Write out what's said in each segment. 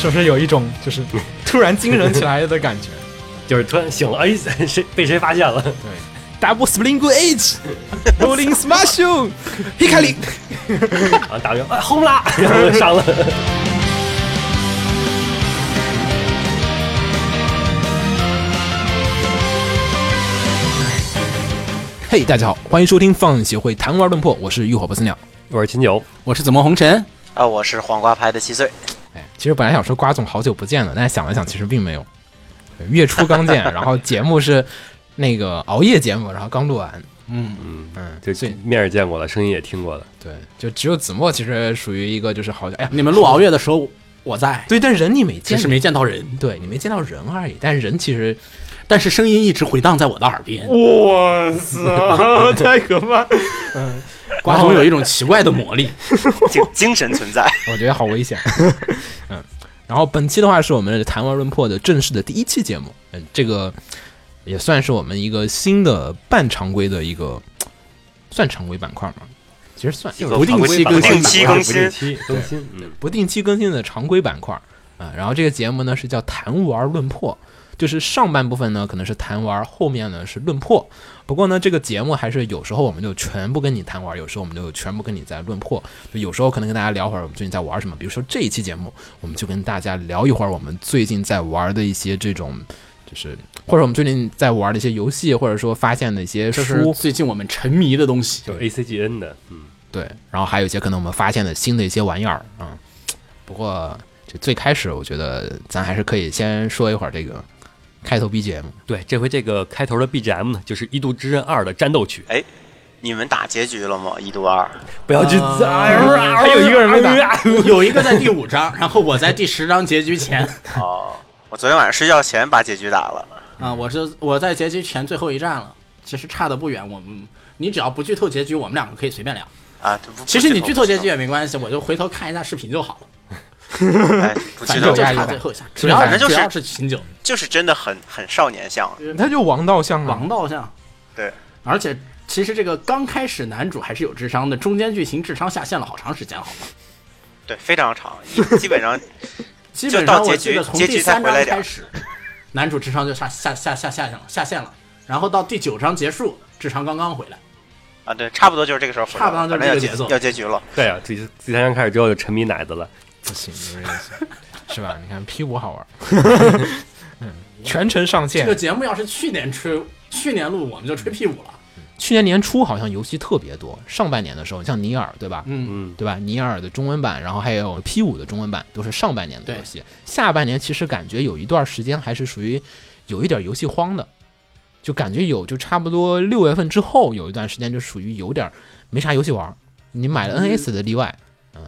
就是有一种 就是突然精神起来的感觉。就是突然醒了，哎， 谁被谁发现了？对，Double Spring Good Age Rolling Smash You Hikari，啊，打完哎轰啦， 然后就上了。嘿大家好，欢迎收听放协会谈玩论破，我是浴火不死鸟。我是秦九，我是怎么红尘？啊，我是黄瓜拍 的七岁，哎，其实本来想说瓜总好久不见了，但是想了想，其实并没有。对月初 刚见，然后节目是那个熬夜节目，然后刚录完。嗯嗯，就所以面儿见过了，声音也听过了。对，就只有子墨其实属于一个就是好久，哎呀，你们录熬夜的时候我在，对，但人你没只见，是没见到人，对你没见到人而已，但人其实但是声音一直回荡在我的耳边。哇塞，太可 怕！瓜总有一种奇怪的魔力，精精神存在。我觉得好危险。 嗯，然后本期的话是我们《谈玩论破》的正式的第一期节目，嗯，这个也算是我们一个新的半常规的一个算常规板块嘛，其实算就是不定期更新不定期更不新，定期更新。嗯，不定期更新的常规板块啊。然后这个节目呢是叫“谈玩论破”，就是上半部分呢可能是谈玩，后面呢是论破。不过呢，这个节目还是有时候我们就全部跟你谈玩，有时候我们就全部跟你在论破。就有时候可能跟大家聊会儿我们最近在玩什么，比如说这一期节目，我们就跟大家聊一会儿我们最近在玩的一些这种。就是，或者我们最近在玩的一些游戏，或者说发现的一些这书，是最近我们沉迷的东西。就 A C G N 的，嗯，对，然后还有一些可能我们发现的新的一些玩意儿啊、嗯。不过这最开始，我觉得咱还是可以先说一会儿这个开头 BGM。对，这回这个开头的 B G M 呢，就是《异度之刃二》的战斗曲。哎，你们打结局了吗？一度二，不要去，啊还有一个人没啊打，有一个在第五章，然后我在第十章结局前哦，我昨天晚上睡觉前把结局打了。 啊，我是我在结局前最后一站了，其实差的不远。我们你只要不剧透结局，我们两个可以随便聊。啊，这不其实你剧透结局，也没关系，我就回头看一下视频就好了。不剧透哎，不反剧正透就反，差最后一下，只要反正就是只要是秦九就是真的很很少年向。他就王道像王道像，对，而且其实这个刚开始男主还是有智商的，中间剧情智商下线了好长时间，好吗？对，非常长， 基本上基本上就到我结记局得从结局第三才章回来点开始，男主智商就下下下下下线了，下线了，然后到第九章结束，智商刚刚回来。啊，对，差不多就是这个时候回来了，差不多就是反正要这个结节奏要结局了。对啊，第第三章开始之后就沉迷奶子了。不行，不是这个行是吧？你看 P 五好玩， 嗯，全程上这个线。节目要是去年吹，去年录我们就吹屁股了。去年年初好像游戏特别多，上半年的时候，像尼尔对吧？嗯，嗯，对吧？尼尔的中文版，然后还有 P 五的中文版，都是上半年的游戏。下半年其实感觉有一段时间还是属于有一点游戏荒的，就感觉有，就差不多六月份之后有一段时间就属于有点没啥游戏玩儿。你买了 NS 的例外，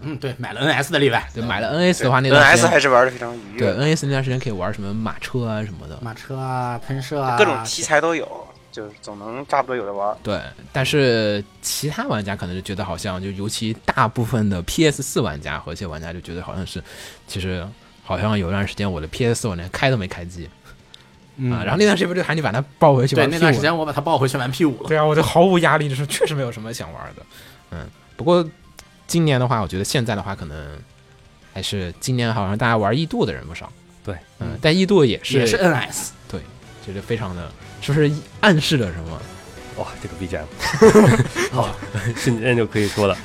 嗯，对，买了 NS 的例外，对，买了 NS 的话，那段时 NS 还间是玩的非常愉对悦， NS 那段时间可以玩什么马车啊什么的。马车啊，喷射啊，各种题材都有，就是总能差不多有的玩。对，但是其他玩家可能就觉得好像就尤其大部分的 PS 四玩家和一些玩家就觉得好像是，其实好像有段时间我的 PS 四我连开都没开机。嗯啊，然后那段时间不就喊你把它抱回去对，玩那 P 段时五？间我把它抱回去玩 P 五了。对啊，我就毫无压力，就是确实没有什么想玩的。嗯，不过今年的话，我觉得现在的话，可能还是今年好像大家玩异度的人不少。对，嗯，但异度也是也是 NS，就是非常的，是不是暗示了什么？ 哇，这个 B G M，好， 瞬间就可以说了。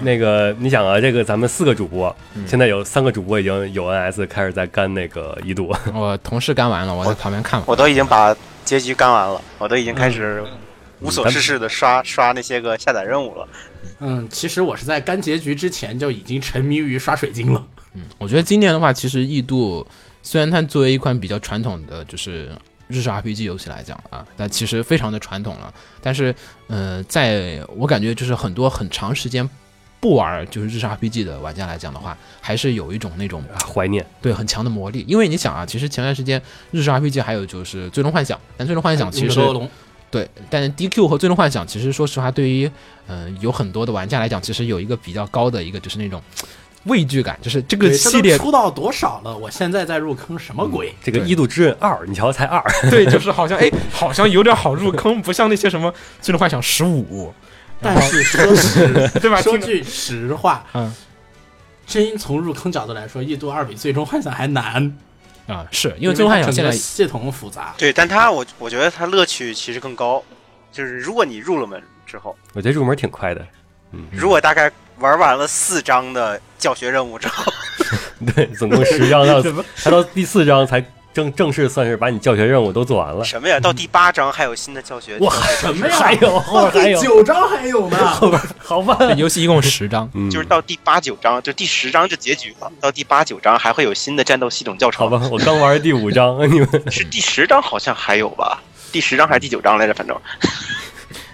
那个，你想啊，这个咱们四个主播，现在有三个主播已经有 N S 开始在干那个一度，啊我同事干完了，我在旁边看嘛。我都已经把结局干完了，我都已经开始无所事事的刷刷那些个下载任务了。嗯，其实我是在干结局之前就已经沉迷于刷水晶了。我觉得今年的话，其实异度虽然它作为一款比较传统的就是日式 RPG 游戏来讲啊，但其实非常的传统了。但是，呃，在我感觉就是很多很长时间不玩就是日式 RPG 的玩家来讲的话，还是有一种那种啊怀念。对很强的魔力。因为你想啊，其实前段时间日式 RPG 还有就是《最终幻想》，但《最终幻想》其勇实者斗恶龙对，但是 DQ 和最终幻想其实说实话，对于嗯、呃有很多的玩家来讲，其实有一个比较高的一个就是那种畏惧感，就是这个对系列嗯这都出到多少了？我现在在入坑，什么鬼？这个《对异度之刃二》，你瞧才二， 对，就是好像哎，好像有点好入坑，不像那些什么《最终幻想十五 但是说实，对吧说听着句实话，嗯，真从入坑角度来说，《异度二》比《最终幻想》还难，啊，是因因为为《最终幻它想》现整个在系统 复杂。对，但它我我觉得它乐趣其实更高，就是如果你入了门之后，我觉得入门挺快的， 如果大概玩完了四章的教学任务之后，对，总共十章到他到第四章才正正式算是把你教学任务都做完了。什么呀，到第八章还有新的教学，哇，什哎么呀？还 有后边还有第九章还有呢。后边好吧，游戏一共十章，嗯就是到第八九章，就第十章就结局了，到第八九章还会有新的战斗系统教好程，吧，我刚玩第五章， 你们是第十章好像还有吧。第十章还是第九章来着？反正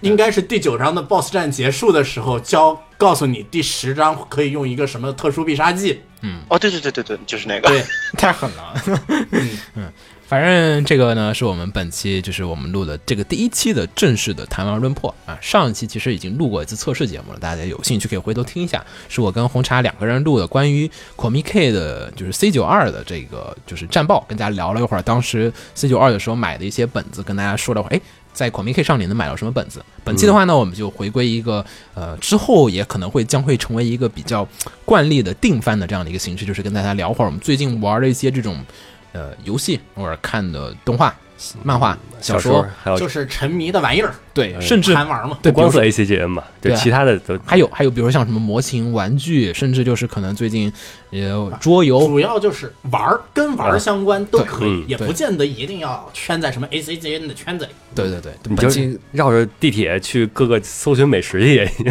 应该是第九章的 BOSS 战结束的时候，教告诉你第十章可以用一个什么特殊必 杀技。哦，对对对对对，就是那个。对， 太狠了。 嗯，反正这个呢，是我们本期就是我们录的这个第一期的正式的谈玩论破啊。上一期其实已经录过一次测试节目了，大家有兴趣可以回头听一下，是我跟红茶两个人录的关于 c o m i K 的，就是 C 九二的这个就是战报，跟大家聊了一会儿，当时 C 九二的时候买的一些本子，跟大家说了会儿，哎。在 c o m i K 上你能买到什么本子？本嗯期的话呢，我们就回归一个呃，之后也可能会将会成为一个比较惯例的定番的这样的一个形式，就是跟大家聊会儿我们最近玩的一些这种呃游戏或者看的动画、漫画、小说说，还有就是沉迷的玩意儿，对，甚至贪玩嘛。对，不比如光说是 A C G M 嘛，就对啊其他的都还有还有，比如像什么模型、玩具，甚至就是可能最近呃桌游，主要就是玩儿，跟玩儿相关都可以嗯，也对不见得一定要圈在什么 A C G N 的圈子里。对对对，你本就期绕着地铁去各个搜寻美食去也行。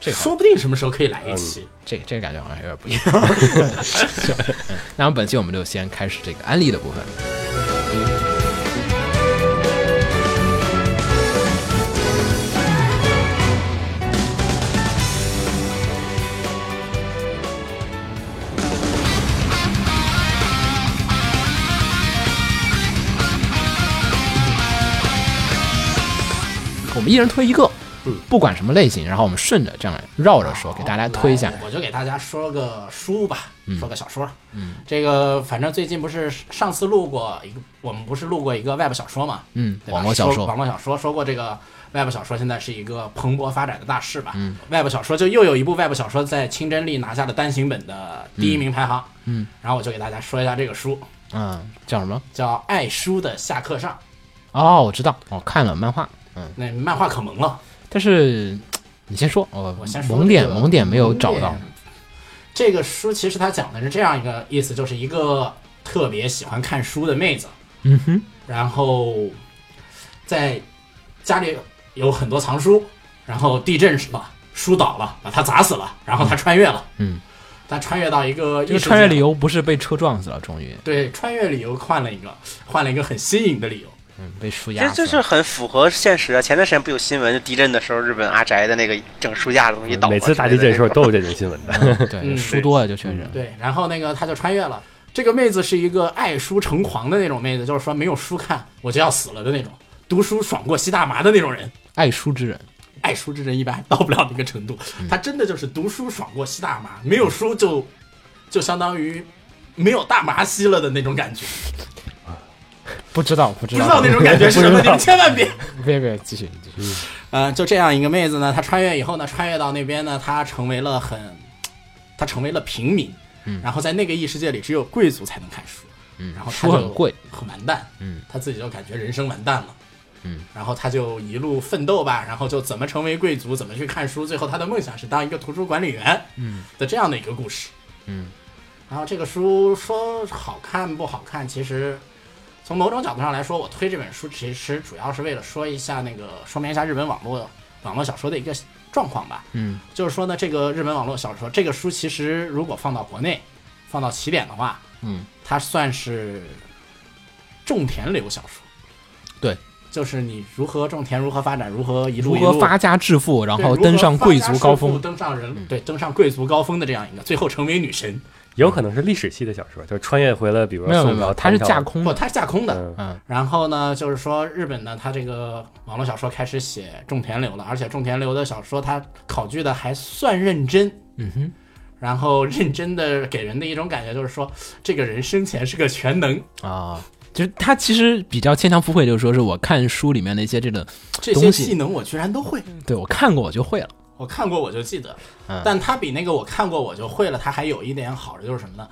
这个嗯说不定什么时候可以来一期。这个这个感觉好像有点不一样。 嗯那么本期我们就先开始这个安利的部分。我们一人推一个，不管什么类型，然后我们顺着这样绕着说，给大家推一下来。我就给大家说个书吧，说个小说。嗯，这个反正最近不是上次录过一个，我们不是录过一个 Web 小说嘛？嗯对吧网络小说说网络小说说过这个 Web 小说现在是一个蓬勃发展的大势吧？嗯，Web 小说就又有一部 Web 小说在清真力拿下了单行本的第一名排行。嗯，然后我就给大家说一下这个书，嗯，叫什么？叫《爱书的下课上》，哦，我知道，我看了漫画，嗯，那漫画可萌了。但是你先说，我我先说萌点这个萌点没有找到萌，点这个书其实它讲的是这样一个意思，就是一个特别喜欢看书的妹子，嗯哼，然后在家里有很多藏书，然后地震了，书倒了，把她砸死了，然后她穿越了，嗯，她穿越到一个这异个世穿越界理由不是被车撞死了，终于，对穿越理由换了一个，换了一个很新颖的理由，嗯，被书其实压死就了，是很符合现实啊！前段时间不有新闻，就地震的时候，日本阿宅的那个整书架的东西倒了每之次类的大地震的时候那种都有这种新闻的。对，嗯书多了就确实，对，然后那个她就穿越了。这个妹子是一个爱书成狂的那种妹子，就是说没有书看我就要死了的那种，读书爽过吸大麻的那种人。爱书之人，爱书之人一般还到不了那个程度，他真的就是读书爽过吸大麻，没有书就就相当于没有大麻吸了的那种感觉，不知道不不知知道那种感觉是什么，你们千万别。 别别继续继续，呃，就这样一个妹子呢，她穿越以后呢，穿越到那边呢，她成为了很，她成为了平民，然后在那个异世界里，只有贵族才能看书，嗯然后她书很就贵，很完蛋，嗯，她自己就感觉人生完蛋了，嗯，然后她就一路奋斗吧，然后就怎么成为贵族，怎么去看书，最后她的梦想是当一个图书管理员，嗯，的这样的一个故事，嗯，然后这个书说好看不好看，其实从某种角度上来说，我推这本书其实主要是为了说一下那个说明一下日本网络网络小说的一个状况吧，嗯就是说呢，这个日本网络小说这个书其实如果放到国内，放到起点的话，嗯，它算是种田流小说。对，就是你如何种田，如何发展，如何一路如一路何发家致富，然对后如何登上发贵家族致高富峰，嗯登上人对登上贵族高峰的这样一个，最后成为女神。 有可能是历史系的小说，就是穿越回了，比如没说有没有宋没朝、有，它是唐朝架空不，的，它是架空的。嗯，嗯然后呢，就是说日本呢，它这个网络小说开始写种田流了，而且种田流的小说它考据的还算认真，嗯哼，然后认真的给人的一种感觉就是说，这个人生前是个全能，啊。就是他其实比较牵强附会，就是说是我看书里面的一些这种这东些西技能我居然都会。 对我看过我就会了，我看过我就记得，嗯但它比那个我看过我就会了，它还有一点好的就是什么呢？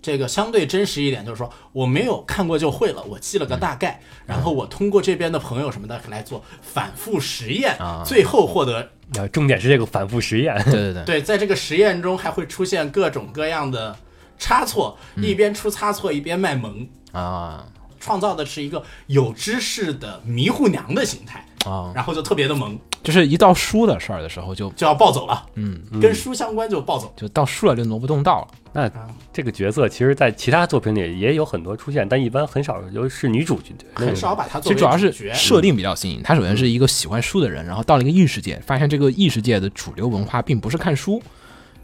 这个相对真实一点，就是说我没有看过就会了，我记了个大概，嗯然后我通过这边的朋友什么的来做反复实验，啊最后获得啊，重点是这个反复实验，对对对，对，在这个实验中还会出现各种各样的差错，嗯一边出差错一边卖萌，啊创造的是一个有知识的迷糊娘的形态，啊，然后就特别的萌，就是一到书的事儿的时候就就要暴走了，嗯，跟书相关就暴走。就到书了就挪不动道了。那这个角色其实，在其他作品里也有很多出现，但一般很少有是女主角，很少把它其作实为主要是角，设定比较新颖。他首先是一个喜欢书的人，然后到了一个异世界，发现这个异世界的主流文化并不是看书，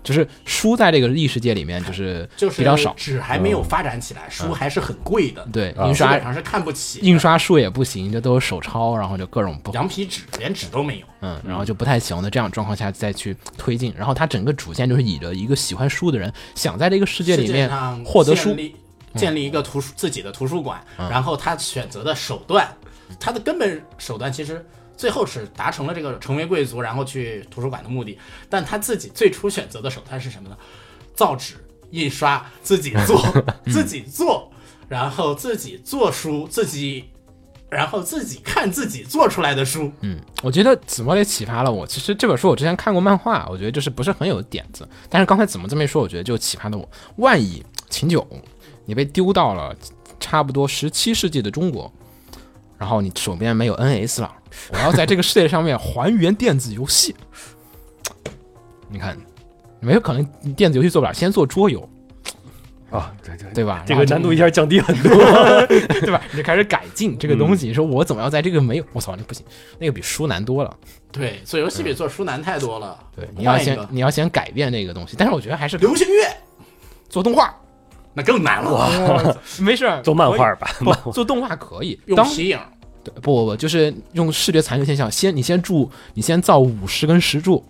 就是书在这个异世界里面就是就是比较少。嗯纸还没有发展起来，书还是很贵的，对，啊印基本刷上是看不起的印刷术也不行，这都是手抄，然后就各种不好，羊皮纸，连纸都没有。嗯，然后就不太行的这样状况下再去推进。然后他整个主线就是以着一个喜欢书的人，想在这个世界里面上获得书嗯建，立建立一个图书自己的图书馆，然后他选择的手段，他的根本手段其实最后是达成了这个成为贵族，然后去图书馆的目的。但他自己最初选择的手段是什么呢？造纸、印刷，自己 做，自己做，然后自己做书，自己。然后自己看自己做出来的书，嗯，我觉得子墨也启发了我。其实这本书我之前看过漫画，我觉得就是不是很有点子。但是刚才子墨这么一说，我觉得就启发了我。万一秦九你被丢到了差不多十七世纪的中国，然后你手边没有 NS 了，我要在这个世界上面还原电子游戏。你看，没有可能电子游戏做不了，先做桌游，啊，对对对吧？这然后个就难度一下降低很多。 对吧？你就开始改进这个东嗯西，说我怎么要在这个没有，我操，那不行，那个比书难多了。对，做游戏比做书难太多了。对，你要换一先个你要先改变这个东西，但是我觉得还是流行乐，做动画，那更难了。 没事儿，做漫画吧，可以不做动画可以。用当皮影，对不不不，就是用视觉残留现象，先你先铸，你先造五十根石柱，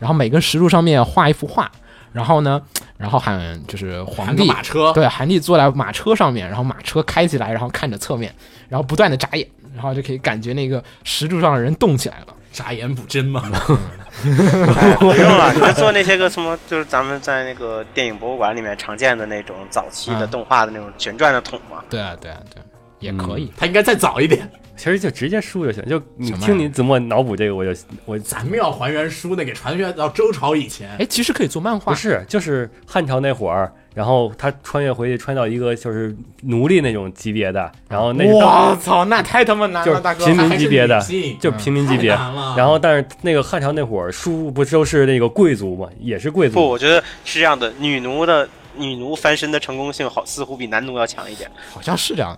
然后每根石柱上面画一幅画，然后呢，然后喊就是皇喊个帝，马车，对，韩帝坐在马车上面，然后马车开起来，然后看着侧面，然后不断的眨眼，然后就可以感觉那个石柱上的人动起来了。眨眼补针嘛。哎不用了，你就做那些个什么，就是咱们在那个电影博物馆里面常见的那种早期的嗯动画的那种旋转的桶嘛。对啊，对啊，对啊，也可以。 他应该再早一点。其实就直接输就行。就你什么呀听你子墨脑补这个，我就我咱们要还原书呢，给还原到周朝以前。哎，其实可以做漫画不，是就是汉朝那会儿，然后他穿越回去，穿到一个就是奴隶那种级别的，然后那是我当操，那太他妈难就了，是大哥哎平。民级别的还是女性，就是平民级别。太难了然后但是那个汉朝那会儿，书不都是那个贵族嘛，也是贵不，族。我觉得是这样的，女奴的女奴翻身的成功性好似乎比男奴要强一点。好像是这样，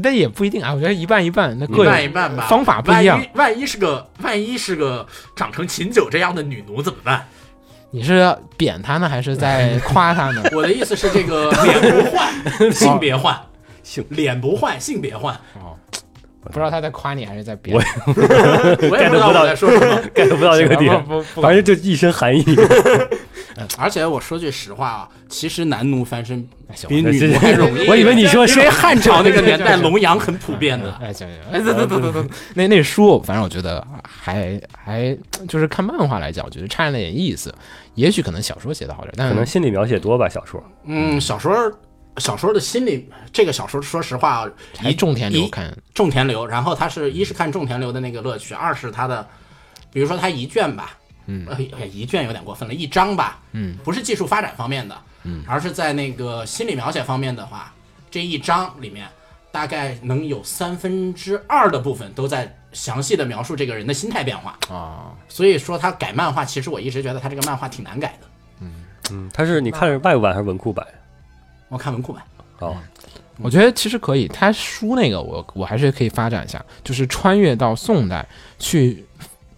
但也不一定啊。我觉得一半一半，那各一有半一半吧，方法不一样万。一万一是个万一是个长成秦九这样的女奴怎么办？你是贬他呢，还是在夸他呢？我的意思是，这 个脸不 换，性别换，性脸不换，性别 换。不知道他在夸你还是在贬我。我也不知道我在说什 么。 get 不到这个点，不不反正就一身寒意。而且我说句实话啊，其实男奴翻身哎行比 这 女奴还容易。我以为你说 因谁为汉朝那个年代，对对对对龙阳很普遍的。哎，行行，哎，对对对对对， 那那书，反正我觉得还还就是看漫画来讲，我觉得差了点意思。也许可能小说写的好点，但可能心理描写多吧，小说。嗯，小说小说的心理，这个小说说实话啊，还一种田流一看，种田流，然后它是一是看种田流的那个乐趣，二是它的，比如说它一卷吧，嗯，哎一卷有点过分了，一章吧，嗯，不是技术发展方面的，嗯，而是在那个心理描写方面的话，这一章里面大概能有三分之二的部分都在详细的描述这个人的心态变化，啊，所以说他改漫画，其实我一直觉得他这个漫画挺难改的，嗯，它是你看是外国版还是文库版？我看文库版，哦，我觉得其实可以。他书那个我我还是可以发展一下，就是穿越到宋代去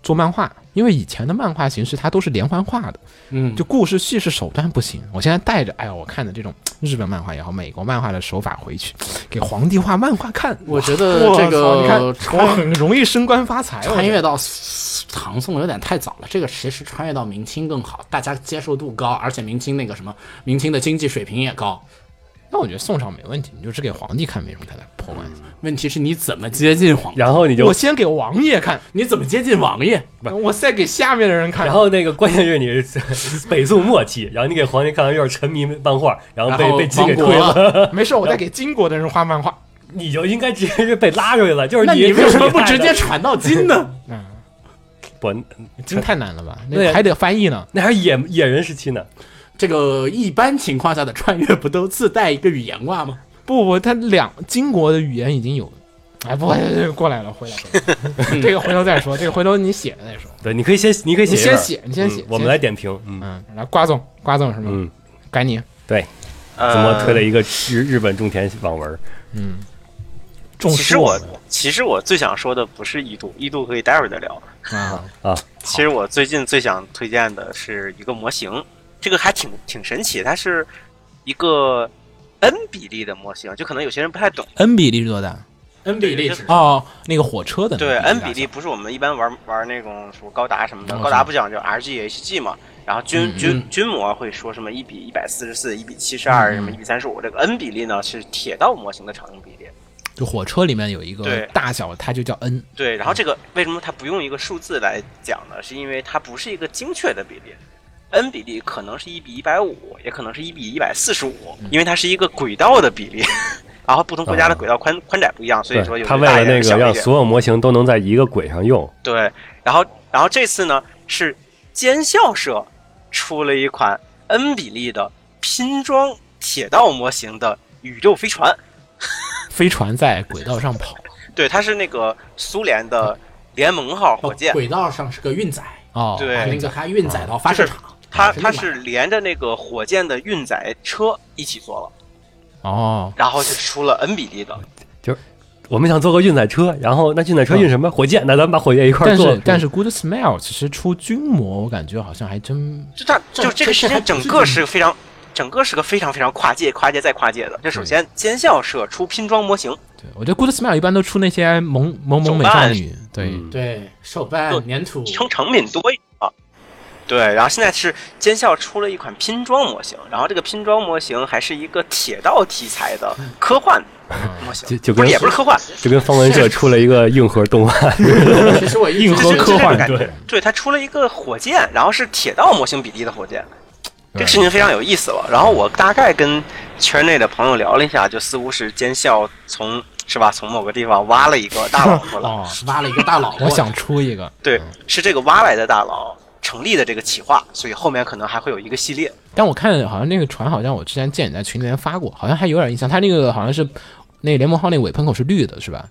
做漫画，因为以前的漫画形式它都是连环画的。嗯就故事叙事手段不行。我现在带着，哎呀，我看的这种日本漫画也好，美国漫画的手法回去，给皇帝画漫画看。我觉得哇这个操你看穿我很容易升官发财。穿越到唐宋有点太早了，这个其实穿越到明清更好，大家接受度高，而且明清那个什么，明清的经济水平也高，那我觉得宋朝没问题，你就只给皇帝看没什么太大破关系。问题是你怎么接近皇？然后你就我，先给王爷看，你怎么接近王爷？我再给下面的人看，然后那个关键是你是北宋末期，然后你给皇帝看完有点沉迷漫画，然后被然后被金给亡推国了， 没事，我再给金国的人画漫画。你就应该直接就被拉出去了。 就是那你你为什么不害的直接传到金呢？ 不？金太难了吧？对那呀还得翻译呢。那还是野野人时期呢，这个一般情况下的穿越不都自带一个语言挂吗？不不，他两金国的语言已经有了。哎，不过来了，回来了，这个回头再说，这个回头你写了再说。对，你可以先你可以写你一先份儿，写，你先写嗯。我们先来写，点评，嗯嗯，来瓜总，瓜总是吗？嗯，该你怎么推了呃？一个日日本种田网文？嗯重其实视我们其实我最想说的不是异度，异度可以待会儿再聊。啊，其实我最近最想推荐的是一个模型，这个还挺挺神奇，它是一个 n 比例的模型，就可能有些人不太懂。 n 比例是多大？ n 比例是哦，那个火车的那对个 n 比例不是我们一般玩玩那种什么高达什么的，嗯高达不讲究 RG、HG 嘛，然后均嗯均均模会说什么一比一百四十四、一比七十二、嗯什么一比三十五，这个 n 比例呢是铁道模型的常用比例。就火车里面有一个对大小，它就叫 n。对，然后这个为什么它不用一个数字来讲呢？是因为它不是一个精确的比例，n 比例可能是一比一百五，也可能是一比一百四十五，因为它是一个轨道的比例， 然后不同国家的轨道宽、宽窄不一样，所以对说，有他的为大了一那点有的小个一让点所有模型都能在一个轨上用，对，然后然后这次呢是尖校社出了一款 n 比例的拼装铁道模型的宇宙飞船，飞船在轨道上跑。对，它是那个苏联的联盟号火箭，轨道上是个运载，哦，对把那个它运载到发射场。它是它是连着那个火箭的运载车一起做了，哦，然后就出了 n 比例的，我们想做个运载车，然后那运载车运什么？火箭，那咱们把火箭一块儿但做是。但是 Good Smile 其实出军模，我感觉好像还真就它这就这这个事还情不整是个运是非常。整个是个非常非常跨界、跨界再跨界的。这首先，尖校社出拼装模型，对。我觉得 Good Smile 一般都出那些萌萌萌美手少办女，对，嗯对，手办就、粘土，成成品多一点啊。对，然后现在是尖校出了一款拼装模型，然后这个拼装模型还是一个铁道题材的科幻模 型，就就不跟是也不是科幻，就跟方文社出了一个硬核动画，其实我一硬直核是科幻这个感觉对对，它出了一个火箭，然后是铁道模型比例的火箭，这个事嗯情非常有意思了。然后我大概跟圈内的朋友聊了一下，就似乎是尖校从是吧，从某个地方挖了一个大佬 过来，哦，挖了一个大佬过来。我想出一个，对，是这个挖来的大佬成立的这个企划，所以后面可能还会有一个系列。但我看好像那个船，好像我之前见你在群里面发过，好像还有点印象。它那个好像是那个联盟号那尾喷口是绿的，是吧？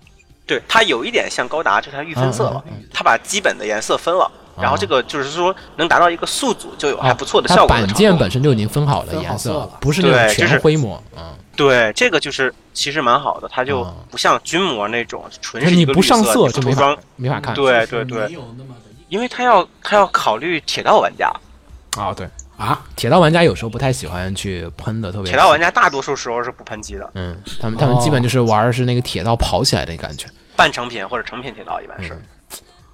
对，它有一点像高达，就是它预分色了嗯嗯，啊它把基本的颜色分了，然后这个就是说能达到一个素组就有还不错的它效果的板程件度本身就已经分好了分好颜色了不是那种对就是全灰模。嗯，对，这个就是其实蛮好的，它就啊不像军模那种纯就是一你个不绿色上色你不就涂没法装，没法看。对哎对对，有那么的因为它要它要考虑铁道玩家，啊，对，啊，铁道玩家有时候不太喜欢去喷的，特别铁道玩家大多数时候是不喷漆的，嗯，他们他们基本就是玩的是那个铁道跑起来的感觉。半成品或者成品铁道一般是。嗯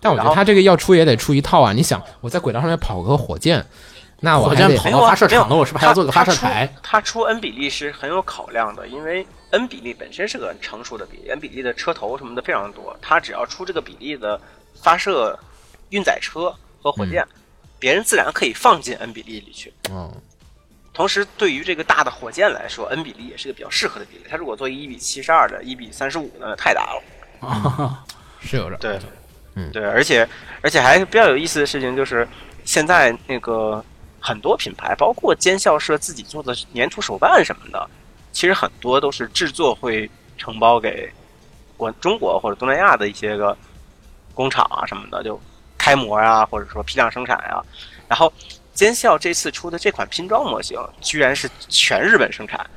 但我觉得他这个要出也得出一套啊！你想，我在轨道上面跑个火箭，那我火还箭得跑没有到啊发射场没了，有我是不是还要做个它发它射出台？它出 n 比例是很有考量的，因为 n 比例本身是个常数的比例，n 比例的车头什么的非常多，它只要出这个比例的发射运载车和火箭，嗯别人自然可以放进 n 比例里去。嗯，同时，对于这个大的火箭来说，n 比例也是个比较适合的比例。它如果做一比七十二的、一比三十五的，太大了。是有点对，嗯对，而且而且还比较有意思的事情就是，现在那个很多品牌，包括尖校社自己做的粘土手办什么的，其实很多都是制作会承包给国中国或者东南亚的一些个工厂啊什么的，就开模啊，或者说批量生产啊。然后尖校这次出的这款拼装模型，居然是全日本生产，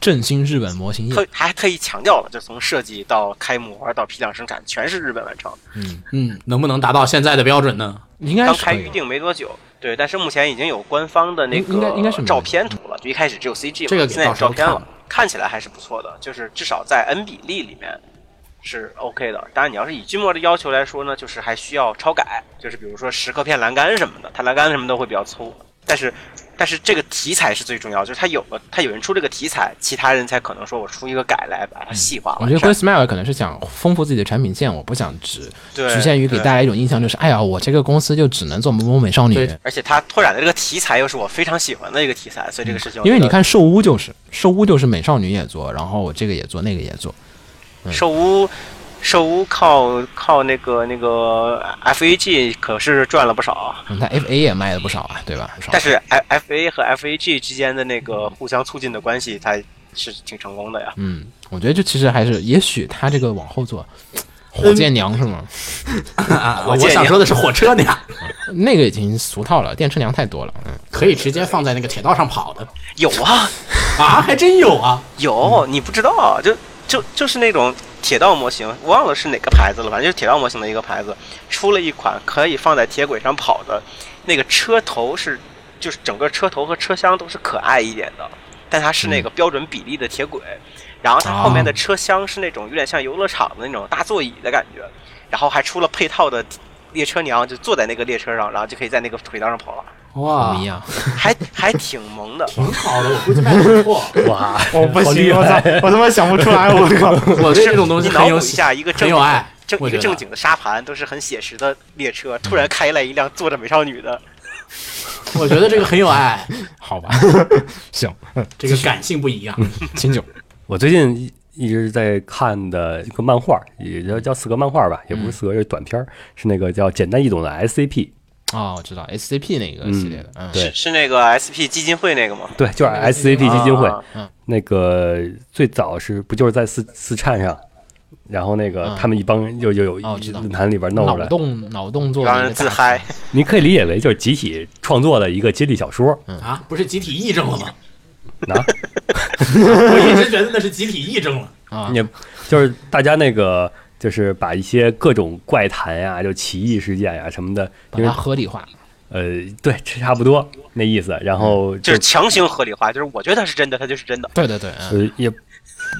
振兴日本模型业特，还特意强调了，就从设计到开模到批量生产，全是日本完成。嗯，嗯，能不能达到现在的标准呢？应该刚是可开以预定没多久，对，但是目前已经有官方的那应应该应该个是没有照片图了，就一开始只有 CG 嘛，这个给现在有到时候照片了看，看起来还是不错的，就是至少在 N 比例里面是 OK 的。当然，你要是以军模的要求来说呢，就是还需要超改，就是比如说十克片栏杆什么的，它栏杆什么都会比较粗，但是但是这个题材是最重要，就是他有了，他有人出这个题材，其他人才可能说我出一个改来把它细化嗯我完觉得善。 Grace Meyer 可能是想丰富自己的产品线，我不想只对局限于给大对家一种印象，就是哎呀，我这个公司就只能做某某美少女。对而且他拓展的这个题材又是我非常喜欢的一个题材，所以这个事情我嗯因为觉你得看兽屋就是兽屋就是美少女也做，然后我这个也做，那个也做，手屋，手屋靠靠那个那个 FAG 可是赚了不少，嗯，它 FA 也卖了不少啊，对吧？但是 F FA 和 FAG 之间的那个互相促进的关系，它是挺成功的呀。嗯，我觉得这其实还是，也许他这个往后做，火箭娘是吗？啊，我建议想说的是火车娘，那个已经俗套了，电车娘太多了。嗯， 可以直接放在那个铁道上跑的有啊，啊，还真有啊。有，你不知道啊，就就就是那种铁道模型，我忘了是哪个牌子了，反正就是铁道模型的一个牌子，出了一款可以放在铁轨上跑的，那个车头是就是整个车头和车厢都是可爱一点的，但它是那嗯个标准比例的铁轨，然后它后面的哦车厢是那种有点像游乐场的那种大座椅的感觉，然后还出了配套的列车娘，就坐在那个列车上，然后就可以在那个轨道上跑了，哇不一，样。还还挺萌的。挺好的，我估计卖的不错。哇， 我不好厉行，我操害！，我他妈想不出来，我靠！ 我对这种东西你脑很补有一下一个正很有爱，正我一觉个得正经的沙盘都是很写实的列车，突然开来一辆坐着美少女的，我觉得这个很有 爱， 好吧， 行，这个感性不一样。秦九，我最近一一直在看的一个漫画，也叫叫四格漫画吧，也嗯不是四格，是短片儿，是那个叫《简单易懂的 SCP》。哦，我知道 SCP 那个系列的，嗯，对是是那个 SP 基金会那个吗？对，就是那个基金 SCP 基金会啊。嗯那个最早是不就是在四四颤上，然后那个嗯他们一帮人就就有哦知道论坛里边弄出脑来，洞脑洞做的让一个人自大嗨，你可以理解为就是集体创作的一个接力小说。啊，不是集体癔症了 吗？嗯啊我一直觉得那是集体癔症了。 啊，也就是大家那个就是把一些各种怪谈呀、就奇异事件呀、什么的，把因为它合理化。呃对，差不多那意思。然嗯后就就是强行合理化，就是我觉得它是真的，它就是真的。对对对，嗯，呃也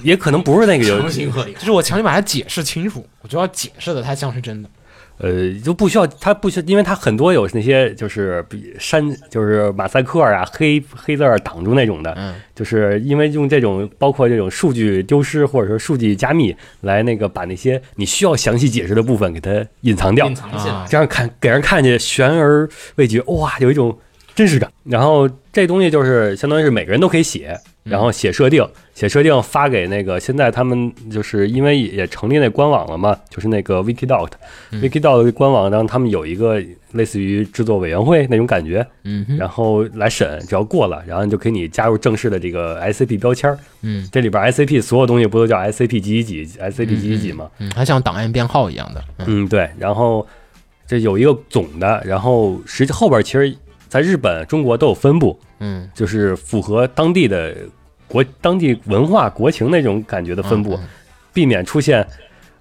也可能不是那个有强行合理化就是我强行把它解释清楚，我就要解释的它像是真的。呃，就不需要，它不需要，因为它很多有那些就是比山，就是马赛克啊、黑黑字儿挡住那种的，嗯就是因为用这种包括这种数据丢失或者说数据加密来那个把那些你需要详细解释的部分给它隐藏掉隐，藏起啊来。这样看给人看见悬而未决，哇，有一种真实感。然后这东西就是相当于是每个人都可以写，然后写设定，写设定发给那个现在他们就是因为也成立那官网了嘛，就是那个 Wikidot，Wikidot 的官网让他们有一个类似于制作委员会那种感觉，嗯哼，然后来审，只要过了，然后你就给你加入正式的这个 SCP 标签儿。嗯这里边 SCP 所有东西不都叫 SCP 几几几 SCP 几几几吗？嗯，它像档案编号一样的。嗯嗯，对，然后这有一个总的，然后实际后边其实在日本、中国都有分布，嗯，就是符合当地的国当地文化国情那种感觉的分布，嗯避免出现。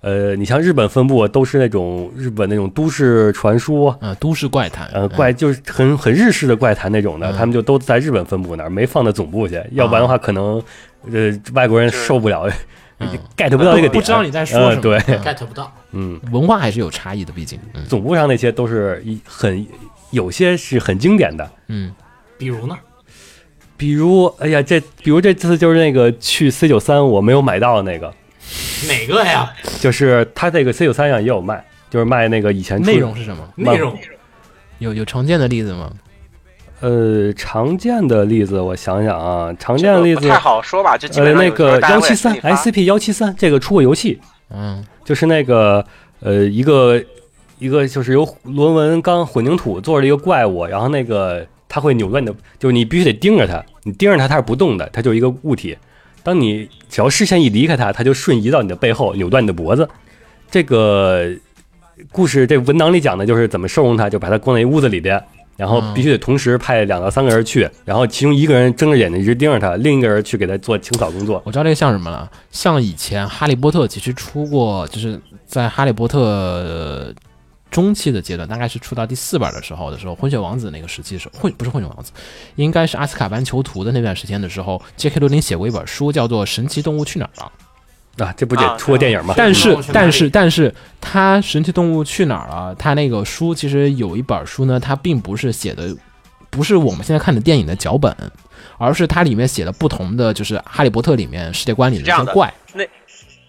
呃，你像日本分布都是那种日本那种都市传说，嗯，都市怪谈。呃，嗯怪就是很很日式的怪谈那种的，嗯啊他们就都在日本分部那儿，没放到总部去，要不然的话可能呃外国人是受不了嗯 get 不到这个点，不知道你在说什么嗯对，嗯 get 不到，嗯，文化还是有差异的，毕竟。嗯总部上那些都是一很有些是很经典的，嗯，比如呢？比如哎呀这比如这次就是那个去 C 九三我没有买到的那个，哪个呀？就是他这个 C 九三上也有卖，就是卖那个以前出内容是什么？内容有有常见的例子吗？呃常见的例子，我想想啊，常这见的个例不子太好说吧，就基呃本上那有时候个大家幺会七自三己发 SCP 幺七三这个出过游戏，嗯就是那个呃一个一个就是由螺纹钢混凝土做的一个怪物，然后那个它会扭乱你的，就是你必须得盯着它，你盯着它它是不动的，它就是一个物体。当你只要视线一离开它，它就瞬移到你的背后，扭断你的脖子。这个故事这文档里讲的就是怎么收容它，就把它关在一屋子里边。然后必须得同时派两到三个人去，然后其中一个人睁着眼睛一直盯着它，另一个人去给它做清扫工作。我知道这个像什么了，像以前《哈利波特》其实出过，就是在《哈利波特》呃中期的阶段，大概是出到第四本的时候的时候，混血王子那个时期是混不是混血王子，应该是阿斯卡班囚徒的那段时间的时候，J.K. 罗琳写过一本书，叫做《神奇动物去哪儿了》。啊，这不得啊出过电影吗？但那是我去哪里但是但是，他《神奇动物去哪儿了》他那个书其实有一本书呢，它并不是写的不是我们现在看的电影的脚本，而是它里面写的不同的，就是《哈利波特》里面世界观里的是这一样些的怪，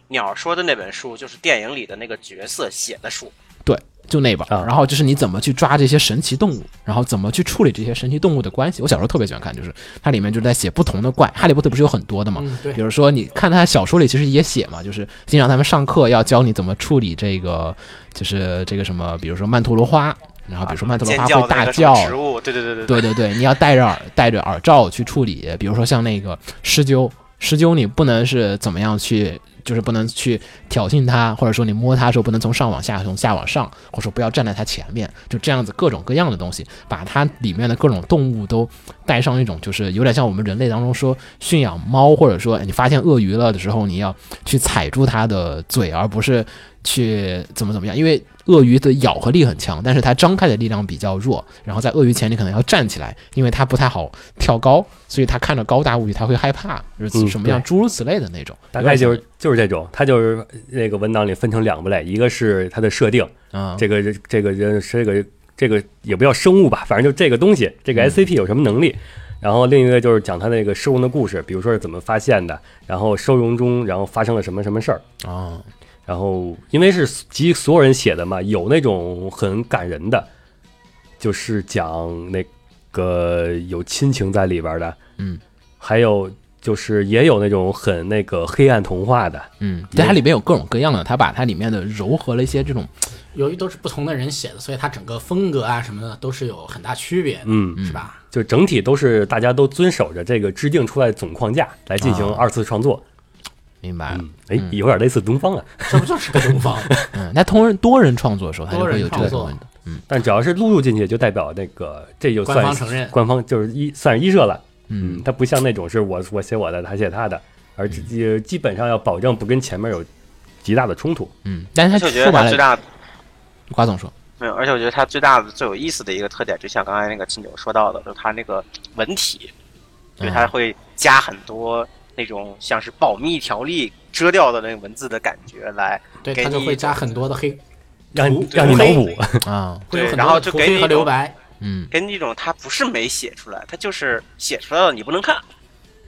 鸟说的那本书就是电影里的那个角色写的书，对，就那本儿。啊然后就是你怎么去抓这些神奇动物，然后怎么去处理这些神奇动物的关系。我小时候特别喜欢看，就是它里面就在写不同的怪，哈利波特不是有很多的嘛？嗯，比对，如说，你看他小说里其实也写嘛，就是经常他们上课要教你怎么处理这个，就是这个什么，比如说曼陀罗花，然后比如说曼陀罗尖花叫会的那大个什么叫，啊植物，对对对对对对对，你要戴着耳戴着耳罩去处理，比如说像那个施灸，施灸你不能是怎么样去，就是不能去挑衅它，或者说你摸它的时候不能从上往下，从下往上，或者说不要站在它前面，就这样子各种各样的东西，把它里面的各种动物都带上一种，就是有点像我们人类当中说驯养猫，或者说哎你发现鳄鱼了的时候，你要去踩住它的嘴，而不是去怎么怎么样，因为鳄鱼的咬合力很强，但是它张开的力量比较弱。然后在鳄鱼前，你可能要站起来，因为它不太好跳高，所以它看着高大物体，它会害怕，就是嗯什么样对诸如此类的那种。大概就是就是这种，它就是那个文档里分成两部类，一个是它的设定，啊，这个人这个人这个这个也不叫生物吧，反正就这个东西，这个嗯 SCP 有什么能力。然后另一个就是讲它那个收容的故事，比如说是怎么发现的，然后收容中然后发生了什么什么事儿。啊，然后因为是集所有人写的嘛，有那种很感人的，就是讲那个有亲情在里边的，嗯，还有就是也有那种很那个黑暗童话的，嗯，但它里面有各种各样的，它把它里面的柔和了一些这种，由于都是不同的人写的，所以它整个风格啊什么的都是有很大区别的，嗯，是吧？就整体都是大家都遵守着这个制定出来的总框架来进行啊二次创作。明白了。嗯，哎，有点类似东方啊，这不就是个东方？嗯，那同人多人创作的时候，它就会有这个 多东人西创。但只要是录入进去，就代表那个这就算官方承认官方就是一算是一社了。嗯，它不像那种是我我写我的，他写他的，而基基本上要保证不跟前面有极大的冲突。嗯，但是而它且我觉得说白它了，最大的瓜 总说，没有，而且我觉得它最大的最有意思的一个特点，就像刚才那个秦九说到的，就是它那个文体，就是嗯它会加很多那种像是保密条例遮掉的那个文字的感觉来，对，给它就你会加很多的黑，让你涂让你脑黑补， 啊，会有对很然后多就涂给你黑一和种留白。嗯跟那种它不是没写出来，它就是写出来了你不能看。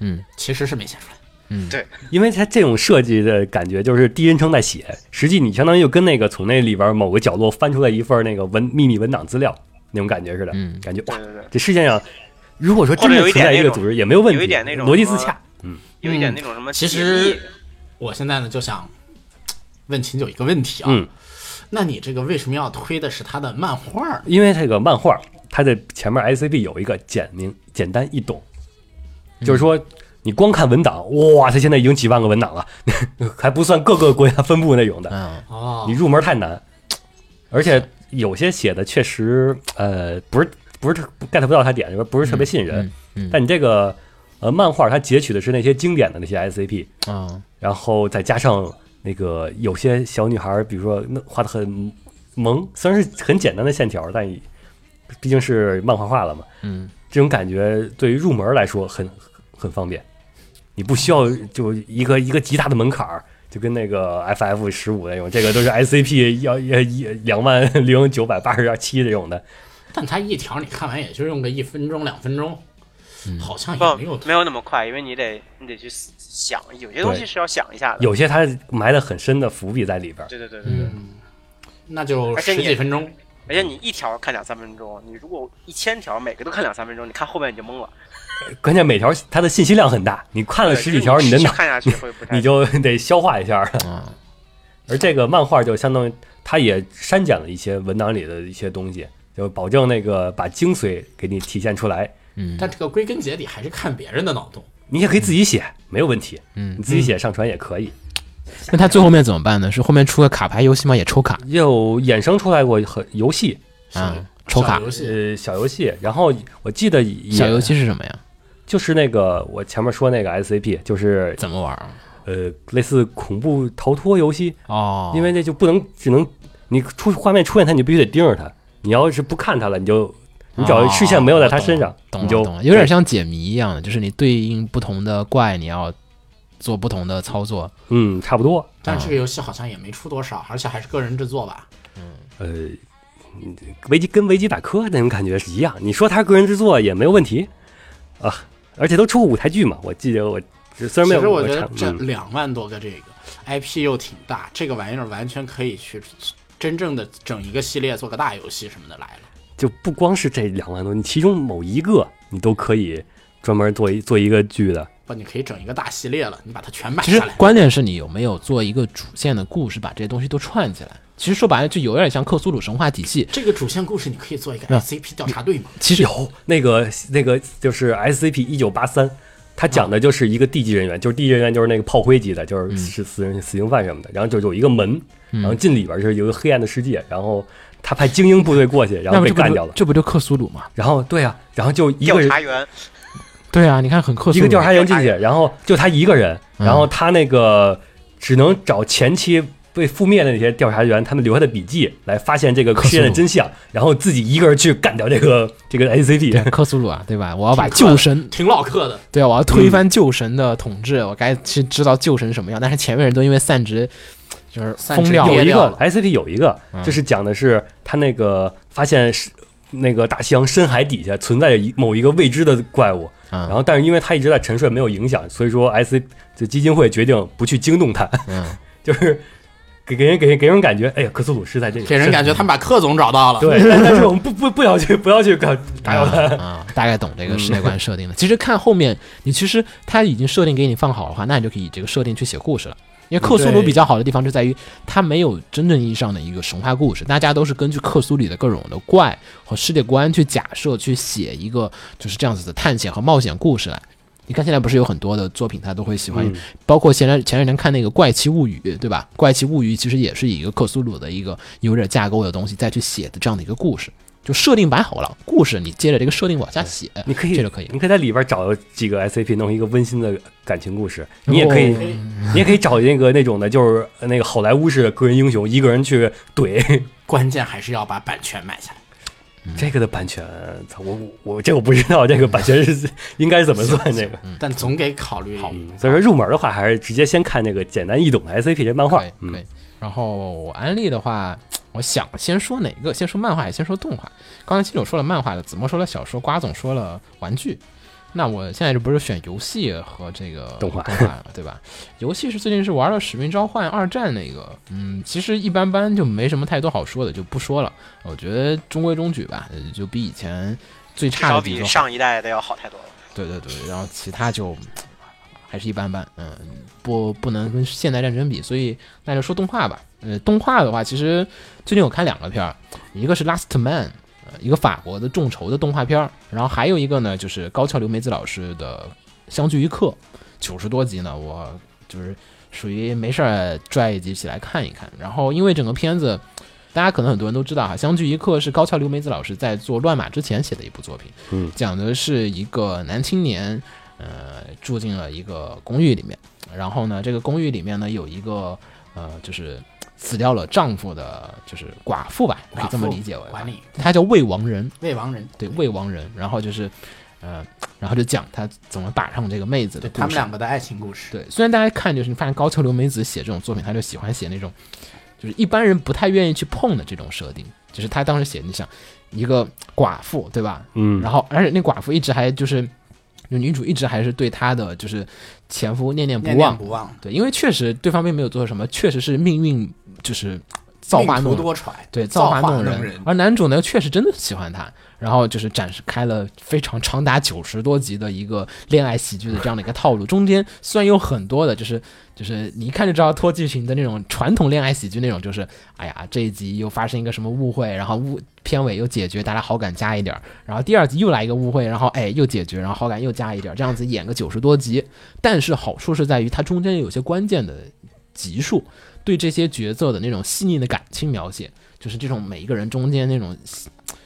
嗯其实是没写出来，嗯，对因为它这种设计的感觉就是第一人称在写，实际你相当于就跟那个从那里边某个角落翻出来一份那个文秘密文档资料那种感觉似的，嗯感觉哇对，对对，这世界上如果说真的存在一个组织也没有问题，有一点那种逻辑自洽。嗯，有一点嗯那种什么其解密实我现在呢就想问秦九一个问题啊，嗯那你这个为什么要推的是他的漫画呢？因为这个漫画它的前面 ICB 有一个简明简单易懂，嗯就是说你光看文档，哇，它现在已经几万个文档了， 还不算各个国家分布那种的，嗯哦你，入门太难，而且有些写的确实呃不是不是特 get 不到他点，不是特别吸引人。嗯嗯但你这个呃漫画它截取的是那些经典的那些 SCP，啊，然后再加上那个有些小女孩儿，比如说那画的很萌，虽然是很简单的线条，但也毕竟是漫画画了嘛，嗯这种感觉对于入门来说很很方便，你不需要就一个一个极大的门槛儿。就跟那个 F F 十五那种，这个都是 I C P 要要一两万零九百八十七这种的，但他一条你看完也就用个一分钟两分钟，嗯好像也不没有没有那么快，因为你得你得去想，有些东西是要想一下的。有些它埋的很深的伏笔在里边儿。对对对对对，嗯，那就而且十你几分钟。而且你一条看两三分钟，你如果一千条每个都看两三分钟，你看后面你就懵了。关键每条它的信息量很大，你看了对十几条，就是你你的持续脑看下去会不 太你就得消化一下儿。啊， 而这个漫画就相当于它也删减了一些文档里的一些东西，就保证那个把精髓给你体现出来。嗯但这个归根结底还是看别人的脑洞。你也可以自己写，没有问题。嗯你，自己写上传也可以。那他最后面怎么办呢？是后面出个卡牌游戏吗？也抽卡又衍生出来过很游戏，啊小，抽小卡。游嗯戏，呃，小游戏。然后我记得也小游戏是什么呀？就是那个我前面说那个 SCP，就是怎么玩啊？呃类似恐怖逃脱游戏，哦，因为那就不能只能你出画面出现它，你必须得盯着它。你要是不看它了，你就你只要视线没有在它身上，懂你了就懂了，有点像解谜一样的，就是你对应不同的怪，你要做不同的操作。嗯，差不多。啊但是这个游戏好像也没出多少，而且还是个人制作吧？呃，维基跟维基百科那种感觉是一样。你说它是个人之作也没有问题啊，而且都出过舞台剧嘛。我记得我虽然没其实有我觉查得这嗯两万多个这个 IP 又挺大，这个玩意儿完全可以去真正的整一个系列做个大游戏什么的来了。就不光是这两万多，你其中某一个你都可以专门做一做一个剧的。不，你可以整一个大系列了，你把它全买其实下来。关键是你有没有做一个主线的故事，把这些东西都串起来。其实说白了，就有点像克苏鲁神话体系。这个主线故事你可以做一个那 SCP 调查队嘛？其实有那个那个就是 SCP 一九八三，他讲的就是一个地级人员，就是地级人员就是那个炮灰级的，就是嗯是死人死刑犯什么的。然后就有一个门，然后进里边就是有一个黑暗的世界，然后他派精英部队过去，然那后不被这不干就掉了。这不就克苏鲁吗？然后对啊，然后就一调个人查员对啊，你看很克苏一鲁。个调查员进调查去，然后就他一个人，嗯然后他那个只能找前期被覆灭的那些调查员他们留下的笔记来发现这个克苏鲁事件的真相，然后自己一个人去干掉这个这个 SCP 对。克苏鲁啊，对吧？我要把挺克旧神，挺老克的，对啊，我要嗯推翻旧神的统治，我该去知道旧神什么样。但是前面人都因为散值就是散值疯掉掉有了，一掉个了嗯 SCP 有一个，就是讲的是他那个发现是那个大西洋深海底下存在着一某一个未知的怪物，然嗯然后但是因为他一直在沉睡没有影响，所以说 S 这基金会决定不去惊动他，嗯 就是给给人给人给人感觉，哎呀，克苏鲁是在这里，给人感觉他们把克总找到了。对， 但但是我们不不不要去不要去搞打扰嗯他，啊，大概懂这个世界观设定的。其实看后面，你其实他已经设定给你放好的话，那你就可以以这个设定去写故事了。因为克苏鲁对比较好的地方就在于，它没有真正意义上的一个神话故事，大家都是根据克苏里的各种的怪和世界观去假设去写一个就是这样子的探险和冒险故事来。你看现在不是有很多的作品，他都会喜欢，包括前两前两年看那个《怪奇物语》，对吧？《怪奇物语》其实也是以一个克苏鲁的一个有点架构的东西再去写的这样的一个故事，就设定摆好了，故事你接着这个设定往下写，你可以这就可以。你可以在里边找几个 SCP 弄一个温馨的感情故事，你也可以哦你也可以找那个那种的，就是那个好莱坞式的个人英雄，一个人去怼关键还是要把版权买下来。嗯 这个的版权，操我我我这我不知道这个版权是应该怎么算这个。嗯嗯但总得考虑。所以说入门的话，还是直接先看那个简单易懂的 SCP 这漫画可以，嗯可以。然后安利的话，我想先说哪个？先说漫画，还是先说动画？刚才七九说了漫画的，子墨说了小说，瓜总说了玩具。那我现在这不是选游戏和这个动画了对吧？ 游戏是最近是玩了《使命召唤二战》那个，嗯，其实一般般，就没什么太多好说的，就不说了。我觉得中规中矩吧，呃就比以前最至差少的几比个好上一代的要好太多了。对对对，然后其他就还是一般般，嗯，不不能跟现代战争比，所以那就说动画吧。呃，动画的话，其实最近我看两个片儿，一个是《Last Man》，呃，一个法国的众筹的动画片儿，然后还有一个呢就是高桥留美子老师的《相聚一刻》，九十多集呢，我就是属于没事儿拽一集起来看一看。然后因为整个片子，大家可能很多人都知道哈，《相聚一刻》是高桥留美子老师在做《乱马》之前写的一部作品，嗯讲的是一个男青年，呃，住进了一个公寓里面，然后呢，这个公寓里面呢有一个呃，就是死掉了丈夫的，就是寡妇吧，可以这么理解为吧，管理她叫未亡人，魏王人，对，未亡人，然后就是，呃，然后就讲他怎么把上这个妹子的对故事，他们两个的爱情故事，对，虽然大家看就是你发现高桥留美子写这种作品，他就喜欢写那种就是一般人不太愿意去碰的这种设定，就是他当时写，你想一个寡妇对吧？嗯，然后而且那寡妇一直还就是，就女主一直还是对她的就是前夫念念不念忘念，不忘，对，因为确实对方并没有做什么，确实是命运就是造化命弄人。途多舛，对，造造化弄人。人。而啊男主呢，确实真的喜欢她，然后就是展示开了非常长达九十多集的一个恋爱喜剧的这样的一个套路。中间虽然有很多的，就是就是你一看就知道拖剧情的那种传统恋爱喜剧那种，就是哎呀这一集又发生一个什么误会，然后误片尾又解决，大家好感加一点儿，然后第二集又来一个误会，然后哎又解决，然后好感又加一点儿，这样子演个九十多集。但是好处是在于它中间有些关键的集数。对这些角色的那种细腻的感情描写，就是这种每一个人中间那种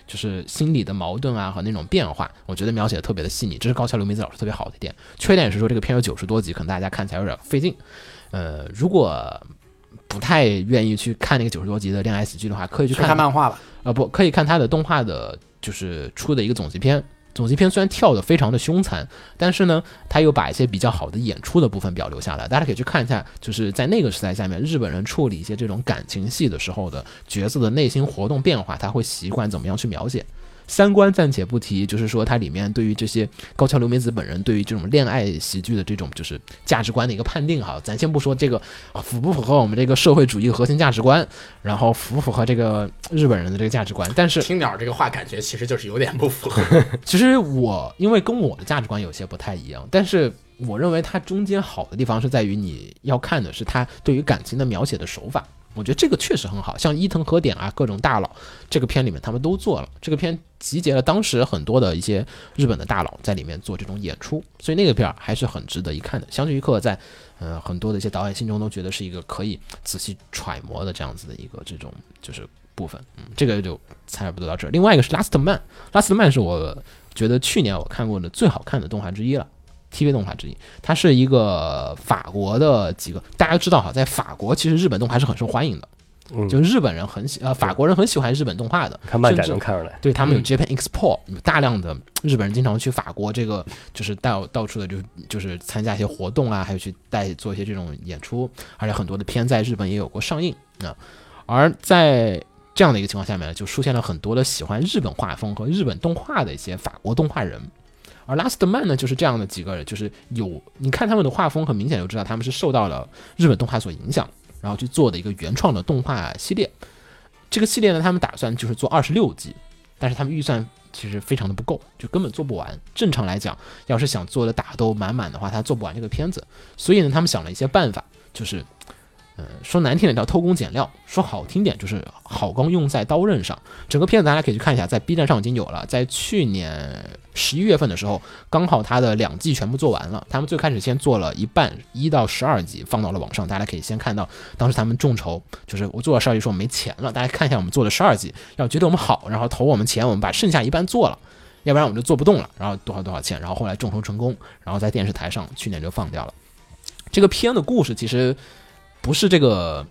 就是心理的矛盾啊和那种变化，我觉得描写的特别的细腻，这是高桥留美子老师特别好的一点。缺点是说这个片有九十多集，可能大家看起来有点费劲。呃，如果不太愿意去看那个九十多集的恋爱喜剧的话，可以去去看看漫画吧，啊、不可以看他的动画的，就是出的一个总集篇，总集篇虽然跳的非常的凶残，但是呢，他又把一些比较好的演出的部分保留下来，大家可以去看一下，就是在那个时代下面，日本人处理一些这种感情戏的时候的角色的内心活动变化，他会习惯怎么样去描写。三观暂且不提，就是说它里面对于这些高桥留美子本人对于这种恋爱喜剧的这种就是价值观的一个判定哈，咱先不说这个啊符不符合我们这个社会主义的核心价值观，然后符不符合这个日本人的这个价值观，但是听鸟这个话，感觉其实就是有点不符合。其实我因为跟我的价值观有些不太一样，但是我认为它中间好的地方是在于你要看的是它对于感情的描写的手法，我觉得这个确实很好。像伊藤和典啊，各种大佬，这个片里面他们都做了。这个片集结了当时很多的一些日本的大佬在里面做这种演出，所以那个片儿还是很值得一看的。相聚一刻在呃很多的一些导演心中都觉得是一个可以仔细揣摩的这样子的一个这种就是部分。嗯，这个就差不多到这儿。另外一个是 Last Man。Last Man 是我觉得去年我看过的最好看的动画之一了，TV 动画之一。它是一个法国的几个，大家知道哈，在法国其实日本动画是很受欢迎的，嗯就日本人很喜呃法国人很喜欢日本动画的，看漫展甚能至看出来。对他们有 Japan Expo，有大量的日本人经常去法国，这个就是到到处的就就是参加一些活动啊，还有去带做一些这种演出，而且很多的片在日本也有过上映啊。而在这样的一个情况下面呢，就出现了很多的喜欢日本画风和日本动画的一些法国动画人。而 Last Man 呢，就是这样的几个人，就是有你看他们的画风，很明显就知道他们是受到了日本动画所影响，然后去做的一个原创的动画系列。这个系列呢，他们打算就是做二十六集，但是他们预算其实非常的不够，就根本做不完。正常来讲，要是想做的打斗满满的话，他做不完这个片子。所以呢，他们想了一些办法，就是，呃，说难听点叫偷工减料，说好听点就是好钢用在刀刃上。整个片子大家可以去看一下，在 B 站上已经有了。在去年十一月份的时候，刚好它的两季全部做完了。他们最开始先做了一半，一到十二集放到了网上，大家可以先看到当时他们众筹，就是我做了十二集，说我没钱了，大家看一下我们做的十二集，要觉得我们好，然后投我们钱，我们把剩下一半做了，要不然我们就做不动了。然后多少多少钱，然后后来众筹成功，然后在电视台上去年就放掉了。这个片的故事其实不是这个，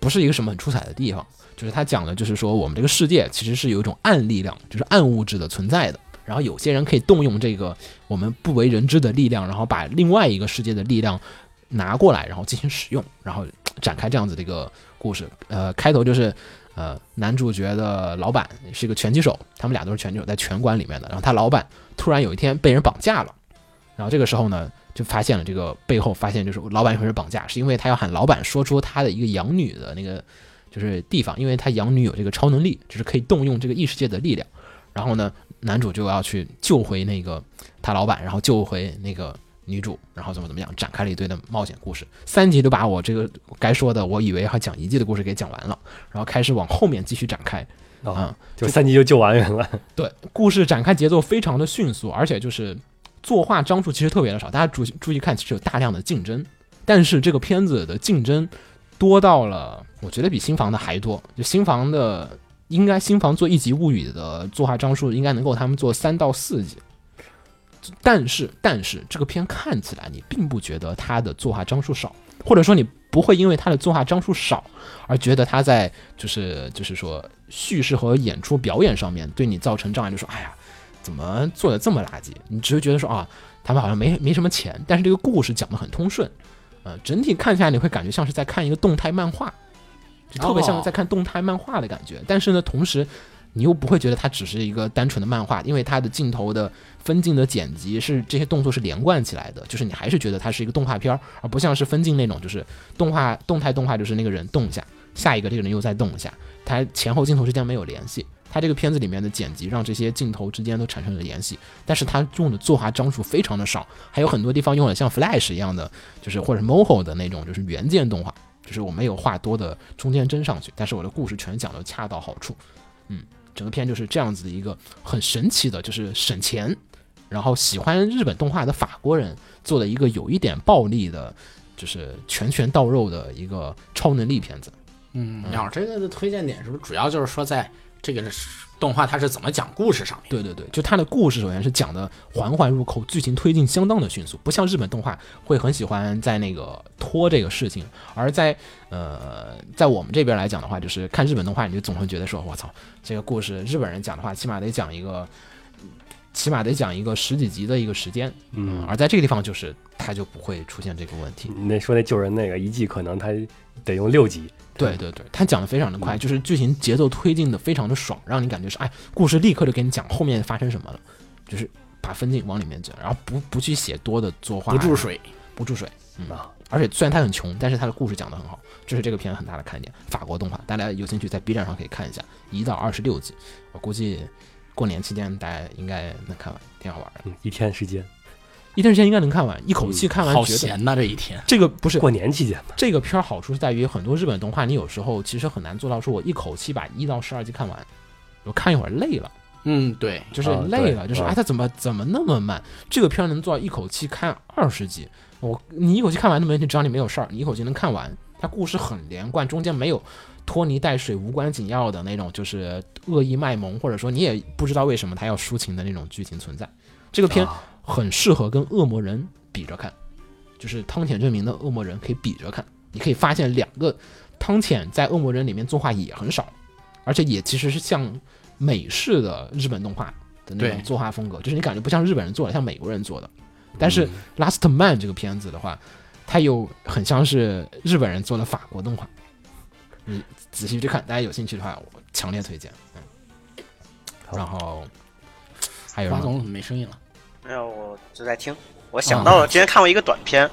不是一个什么很出彩的地方，就是它讲的就是说我们这个世界其实是有一种暗力量，就是暗物质的存在的。然后有些人可以动用这个我们不为人知的力量，然后把另外一个世界的力量拿过来，然后进行使用，然后展开这样子的一个故事。呃，开头就是呃，男主角的老板是一个拳击手，他们俩都是拳击手，在拳馆里面的。然后他老板突然有一天被人绑架了，然后这个时候呢，就发现了这个背后发现就是老板有人绑架，是因为他要喊老板说出他的一个养女的那个就是地方，因为他养女有这个超能力，就是可以动用这个异世界的力量。然后呢，男主就要去救回那个他老板，然后救回那个女主，然后怎么怎么样，展开了一堆的冒险故事。三集就把我这个该说的，我以为还讲一季的故事给讲完了，然后开始往后面继续展开。哦啊、就三集就救完人了， 对，故事展开节奏非常的迅速，而且就是作画张数其实特别的少，大家注注意看，其实有大量的竞争，但是这个片子的竞争多到了，我觉得比新房的还多。就新房的，应该新房做一集物语的作画张数应该能够他们做三到四集。但是，但是这个片看起来你并不觉得它的作画张数少，或者说你不会因为它的作画张数少而觉得它在就是就是说叙事和演出表演上面对你造成障碍，就说哎呀，怎么做的这么垃圾？你只是觉得说啊，他们好像没没什么钱，但是这个故事讲得很通顺，呃，整体看下来你会感觉像是在看一个动态漫画，就特别像哦是在看动态漫画的感觉。但是呢，同时你又不会觉得它只是一个单纯的漫画，因为它的镜头的分镜的剪辑是这些动作是连贯起来的，就是你还是觉得它是一个动画片儿，而不像是分镜那种就是动画动态动画，就是那个人动一下，下一个这个人又再动一下，它前后镜头之间没有联系。它这个片子里面的剪辑让这些镜头之间都产生了联系，但是它用的作画张数非常的少，还有很多地方用了像 Flash 一样的，就是或者是 MoHo 的那种，就是原件动画，就是我没有画多的中间帧上去，但是我的故事全讲的恰到好处。嗯，整个片就是这样子的一个很神奇的，就是省钱，然后喜欢日本动画的法国人做的一个有一点暴力的，就是拳拳到肉的一个超能力片子。嗯，鸟这个的推荐点是不是主要就是说在这个动画它是怎么讲故事上面？对对对，就它的故事首先是讲的环环入扣，剧情推进相当的迅速，不像日本动画会很喜欢在那个拖这个事情，而在呃在我们这边来讲的话，就是看日本动画，你就总会觉得说，我操，这个故事日本人讲的话，起码得讲一个起码得讲一个十几集的一个时间。嗯，而在这个地方，就是它就不会出现这个问题。你那说那救人那个一季可能他得用六集，对对对，它讲的非常的嗯快，就是剧情节奏推进的非常的爽，让你感觉是哎，故事立刻就给你讲后面发生什么了，就是把分镜往里面卷，然后不不去写多的作画，不注水，不注水，嗯啊。而且虽然它很穷，但是它的故事讲得很好，这是这个片很大的看点。法国动画，大家有兴趣在 B 站上可以看一下，一到二十六集，我估计过年期间大家应该能看完，挺好玩的。嗯，一天时间，一段时间应该能看完，一口气嗯看完，嗯好绝对。闲呐这一天。这个不是过年期间嘛，这个片儿好处是在于很多日本动画，你有时候其实很难做到说我一口气把一到十二集看完，我看一会儿累了，嗯，对，就是啊累对了，就是啊哎，它怎么怎么那么慢？这个片儿能做到一口气看二十集，我你一口气看完的没问题，只要你没有事儿，你一口气能看完。它故事很连贯，中间没有拖泥带水、无关紧要的那种，就是恶意卖萌，或者说你也不知道为什么他要抒情的那种剧情存在。这个片很适合跟《恶魔人》比着看，就是汤浅证明的《恶魔人》可以比着看，你可以发现两个汤浅在《恶魔人》里面作画也很少，而且也其实是像美式的日本动画的那种对嗯作画风格，就是你感觉不像日本人做的，像美国人做的。但是《Last Man》这个片子的话，它又很像是日本人做的法国动画。你仔细去看，大家有兴趣的话，我强烈推荐。嗯，好然后还有什花么总怎么没声音了？没有，我就在听。我想到了之前看过一个短片，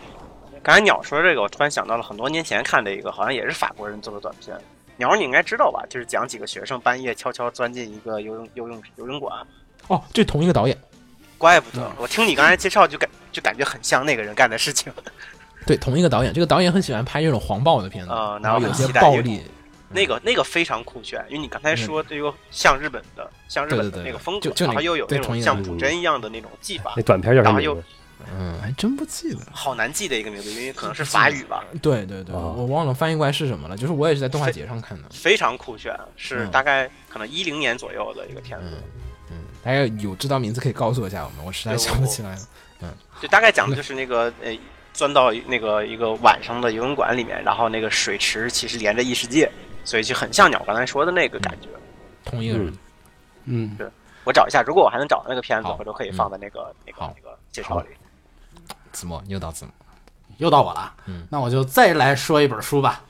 刚才鸟说这个，我突然想到了很多年前看的一个，好像也是法国人做的短片。鸟儿你应该知道吧？就是讲几个学生半夜悄悄钻进一个游泳游泳游泳馆，哦，这同一个导演，怪不得我听你刚才介绍就感就感觉很像那个人干的事情。对，同一个导演。这个导演很喜欢拍这种黄暴的片子，啊然后那我有很些期待暴这个力。那个那个非常酷炫，因为你刚才说这个像日本的像日本对对的对那个风格就，就那然后又有对那同种意的像古筝一样的那种技法那，短片叫什么然后名又字？嗯，还真不记得。好难记的一个名字，因为可能是法语吧。对对对，哦我忘了翻译过来是什么了。就是我也是在动画节上看的。非常酷炫，是嗯大概可能一零年左右的一个片子，嗯，大家有知道名字可以告诉我一下我们，我实在对想我不起来了。就大概讲的就是那个呃，钻到那个一个晚上的游泳馆里面，然后那个水池其实连着异世界，所以就很像鸟刚才说的那个感觉。同一个人嗯，嗯，我找一下，如果我还能找到那个片子，好回头可以放在那个那个好那个介绍里。子墨又到子墨，又到我了，嗯那我就再来说一本书吧。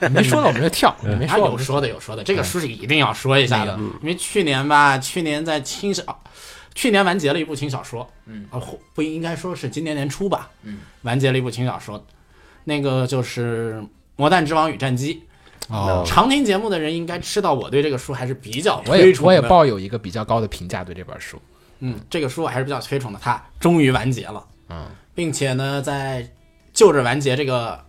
你没说到我们就跳，你没说啊，嗯到我有们就说的有说的，这个书是一定要说一下的，那个因为去年吧，去年在轻小，去年完结了一部轻小说，嗯，啊，或不应该说是今年年初吧，嗯，完结了一部轻小说，那个就是《魔弹之王与战机》。哦，常听节目的人应该知道，我对这个书还是比较我也推崇我的。也抱有一个比较高的评价对这本书。嗯，这个书我还是比较推崇的。它终于完结了，嗯，并且呢，在就着完结这个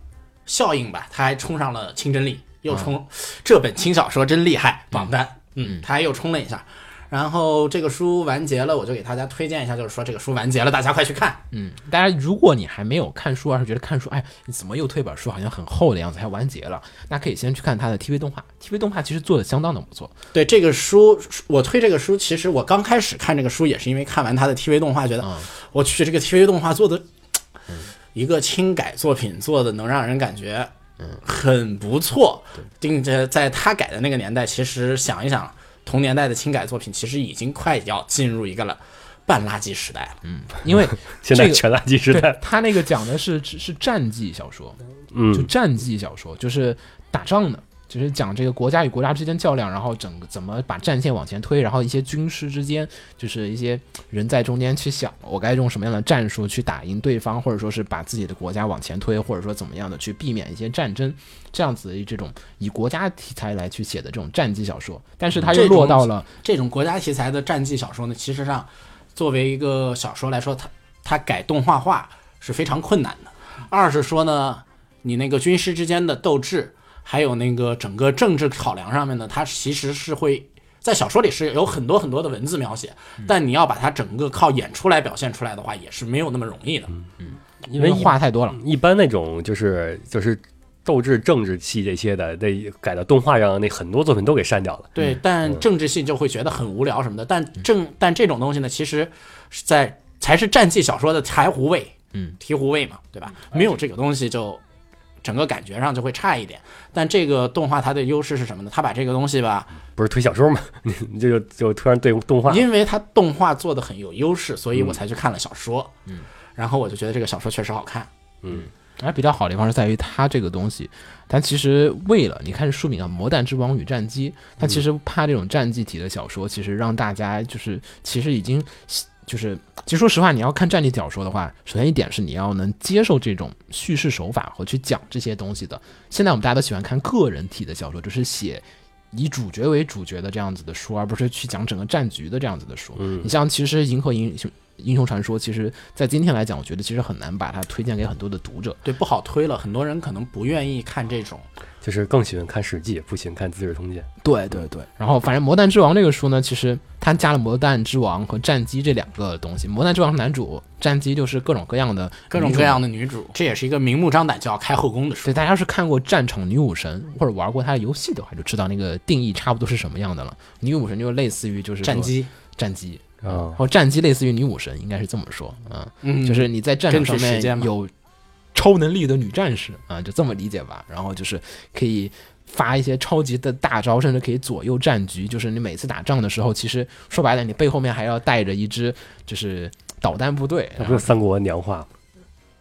效应吧，它还冲上了清真力，又冲、嗯这本轻小说真厉害榜单。嗯，它还又冲了一下。然后这个书完结了，我就给大家推荐一下，就是说这个书完结了，大家快去看。嗯，大家如果你还没有看书，而是觉得看书，哎，你怎么又推本书，好像很厚的样子，还完结了，那可以先去看它的 TV 动画，TV 动画其实做的相当的不错。对这个书，我推这个书，其实我刚开始看这个书也是因为看完它的 TV 动画，觉得、嗯我去这个 TV 动画做的，一个轻改作品做的能让人感觉很不错，并且在他改的那个年代，其实想一想，同年代的轻改作品其实已经快要进入一个了半垃圾时代了。嗯，因为现在这个全垃圾时代对，他那个讲的是是是战记小说，就嗯，战记小说，就是打仗的，就是讲这个国家与国家之间较量，然后整个怎么把战线往前推，然后一些军师之间，就是一些人在中间去想，我该用什么样的战术去打赢对方，或者说是把自己的国家往前推，或者说怎么样的去避免一些战争，这样子的这种以国家题材来去写的这种战记小说，但是它又这种落到了这种国家题材的战记小说呢，其实上作为一个小说来说，它它改动画化是非常困难的。二是说呢，你那个军师之间的斗志，还有那个整个政治考量上面呢，它其实是会在小说里是有很多很多的文字描写，但你要把它整个靠演出来表现出来的话，也是没有那么容易的。因为一话太多了。一般那种就是就是斗志、政治系这些的，得改到动画上，那很多作品都给删掉了。嗯对，但政治系就会觉得很无聊什么的。但政但这种东西呢，其实是在才是战记小说的柴胡味，嗯，醍醐味嘛，对吧？没有这个东西就整个感觉上就会差一点。但这个动画它的优势是什么呢？它把这个东西吧，不是推小说吗？ 你你这就就突然对动嗯画，因为它动画做的很有优势，所以我才去看了小说。嗯，然后我就觉得这个小说确实好看。嗯，而比较好的地方是在于它这个东西，它其实为了你看书名啊，《魔弹之王与战机》，它其实怕这种战绩体的小说，其实让大家就是其实已经就是，其实说实话，你要看战地小说的话，首先一点是你要能接受这种叙事手法和去讲这些东西的。现在我们大家都喜欢看个人体的小说，就是写以主角为主角的这样子的书，而不是去讲整个战局的这样子的书。嗯你像其实《银河英雄》。英雄传说，其实，在今天来讲，我觉得其实很难把它推荐给很多的读者。对，不好推了，很多人可能不愿意看这种。就是更喜欢看《史记》，不喜欢看《资治通鉴》。对对对，然后反正《魔弹之王》这个书呢，其实它加了《魔弹之王》和《战机》这两个东西，《魔弹之王》是男主，《战机》就是各种各样的各种女主各样的女主，这也是一个明目张胆就要开后宫的书对，。大家要是看过《战场女武神》或者玩过它的游戏的话，就知道那个定义差不多是什么样的了。女武神就类似于就是说战，机，战机，啊然，后战机类似于女武神，应该是这么说啊、嗯就是你在战场上根据时间面嘛有超能力的女战士啊，就这么理解吧。然后就是可以发一些超级的大招，甚至可以左右战局。就是你每次打仗的时候，其实说白了，你背后面还要带着一支就是导弹部队，啊那然啊不后是三国娘话吗？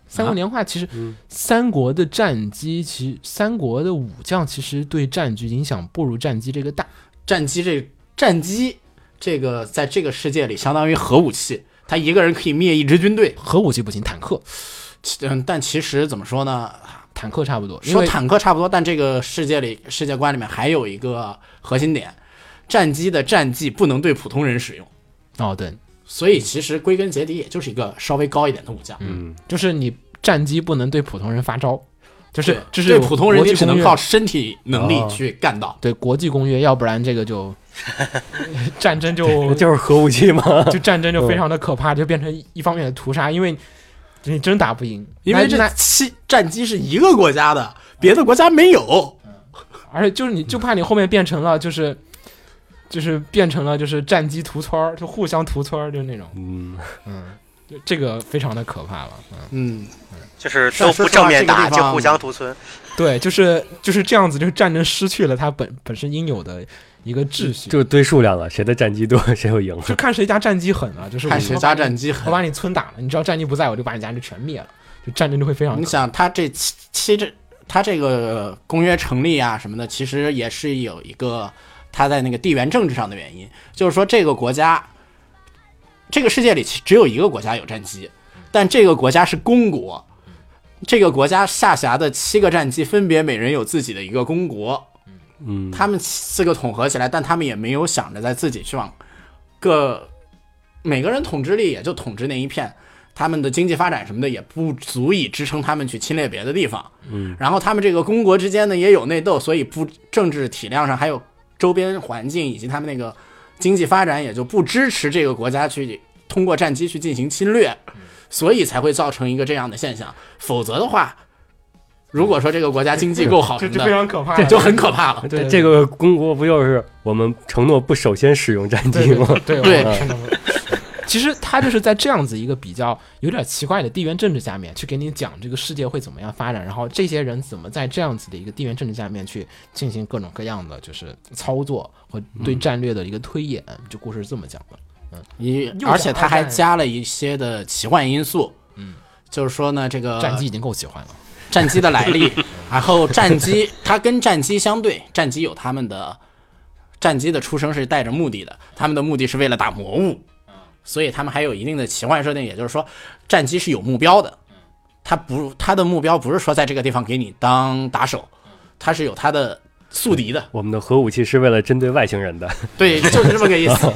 三国年画其实，嗯三国的战机，其实三国的武将其实对战局影响不如战机这个大。战机这战机这个在这个世界里相当于核武器，它一个人可以灭一支军队。核武器不行，坦克，其嗯，但其实怎么说呢？坦克差不多，因说为坦克差不多，但这个世界里世界观里面还有一个核心点，战机的战绩不能对普通人使用。哦对，所以其实归根结底，也就是一个稍微高一点的武将。嗯，就是你战机不能对普通人发招，就是这对是对普通人，国你际只公能约靠身体能力去干到。对国际公约，要不然这个就 战争那就就是核 武器吗？就战争就非常的可怕，就变成一一方面的屠杀，因为你真打不赢，因为那这那七嗯战机是一个国家的，别的国家没有。而且就是你就怕你后面变成了就是就是变成了就是战机屠村儿，就互相屠村儿，就那种，嗯，嗯，就这个非常的可怕了，嗯，嗯，就是是都说不实话正面这个地打，就方互相屠村。对，就是就是这样子，就是战争失去了它本本身应有的一个秩序，就堆数量了，谁的战绩多，谁就赢了。就看谁家战机狠啊，就是我看谁家战机我狠。把你村打了，你只要战机不在，我就把你家就全灭了，就战争就会非常你可怕，想，他这七七这他这个公约成立啊什么的，其实也是有一个他在那个地缘政治上的原因，就是说这个国家，这个世界里其只有一个国家有战机，但这个国家是公国，这个国家下辖的七个战机分别每人有自己的一个公国，嗯，他们四个统合起来，但他们也没有想着在自己去往各每个人统治力也就统治那一片，他们的经济发展什么的也不足以支撑他们去侵略别的地方。嗯，然后他们这个公国之间呢也有内斗，所以不政治体量上还有周边环境以及他们那个经济发展也就不支持这个国家去通过战机去进行侵略，所以才会造成一个这样的现象。否则的话，如果说这个国家经济够好这什么就非的，常可怕，这就很可怕了。对这这个公国不就是我们承诺不首先使用战对机吗？ 对对我看到过其实他就是在这样子一个比较有点奇怪的地缘政治下面，去给你讲这个世界会怎么样发展，然后这些人怎么在这样子的一个地缘政治下面去进行各种各样的就是操作和嗯对战略的一个推演，就故事是这么讲的。一又而是且二它还战加了一些的奇幻因素，嗯，就是说呢，这个战机已经够喜欢了，战机的来 历，然后战机它跟战机相对，战机有他们的战机的出生是带着目的的，他们的目的是为了打魔物，嗯所以他们还有一定的奇幻设定，也就是说，战机是有目标的，嗯它不它的目标不是说在这个地方给你当打手，嗯它是有它的宿敌 的，我们的核武器是为了针对外星人的。对，就是这么个意 思。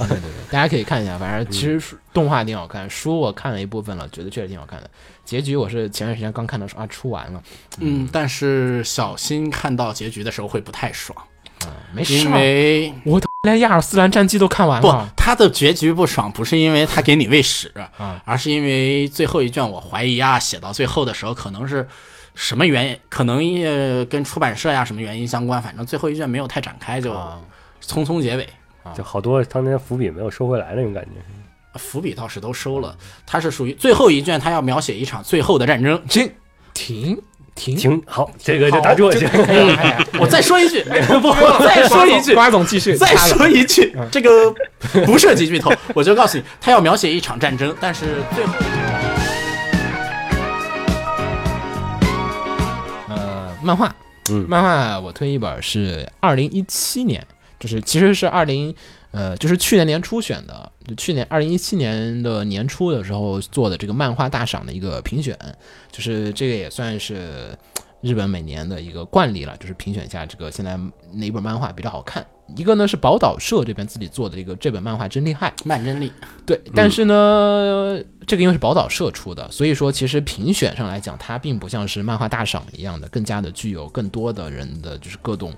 大家可以看一下。反正其嗯实书动画挺好看，书我看了一部分了，觉得确实挺好看的。结局我是前段时间刚看到说啊出完了，嗯，但是小新看到结局的时候会不太爽，没事因儿，嗯为我连亚尔斯兰战机都看完不了，，他的结局不爽，不是因为他给你喂屎，嗯而是因为最后一卷我怀疑啊，写到最后的时候可能是什么原因，可能也跟出版社呀什么原因相关，反正最后一卷没有太展开，就啊匆匆结尾。就好多当年伏笔没有收回来那种感觉。伏笔倒是 都收了，它是属于最后一卷，它要描写一场最后的战争，这停停。停，好，这个就打住了，行。可以了可以 了我再说一句，不 我再说一句，瓜总继续，再掐了说一句，嗯这个不涉及剧透，我就告诉你，他要描写一场战争，但是最后呃，漫画，嗯漫画我推一本是二零一七年，就是其实是二零呃，就是去年年初选的，就去年二零一七年的年初的时候做的这个漫画大赏的一个评选，就是这个也算是日本每年的一个惯例了，就是评选一下这个现在哪一本漫画比较好看。一个呢是宝岛社这边自己做的一个这本漫画真厉害，慢真力对，但是呢，这个因为是宝岛社出的，所以说其实评选上来讲，它并不像是漫画大赏一样的，更加的具有更多的人的就是各种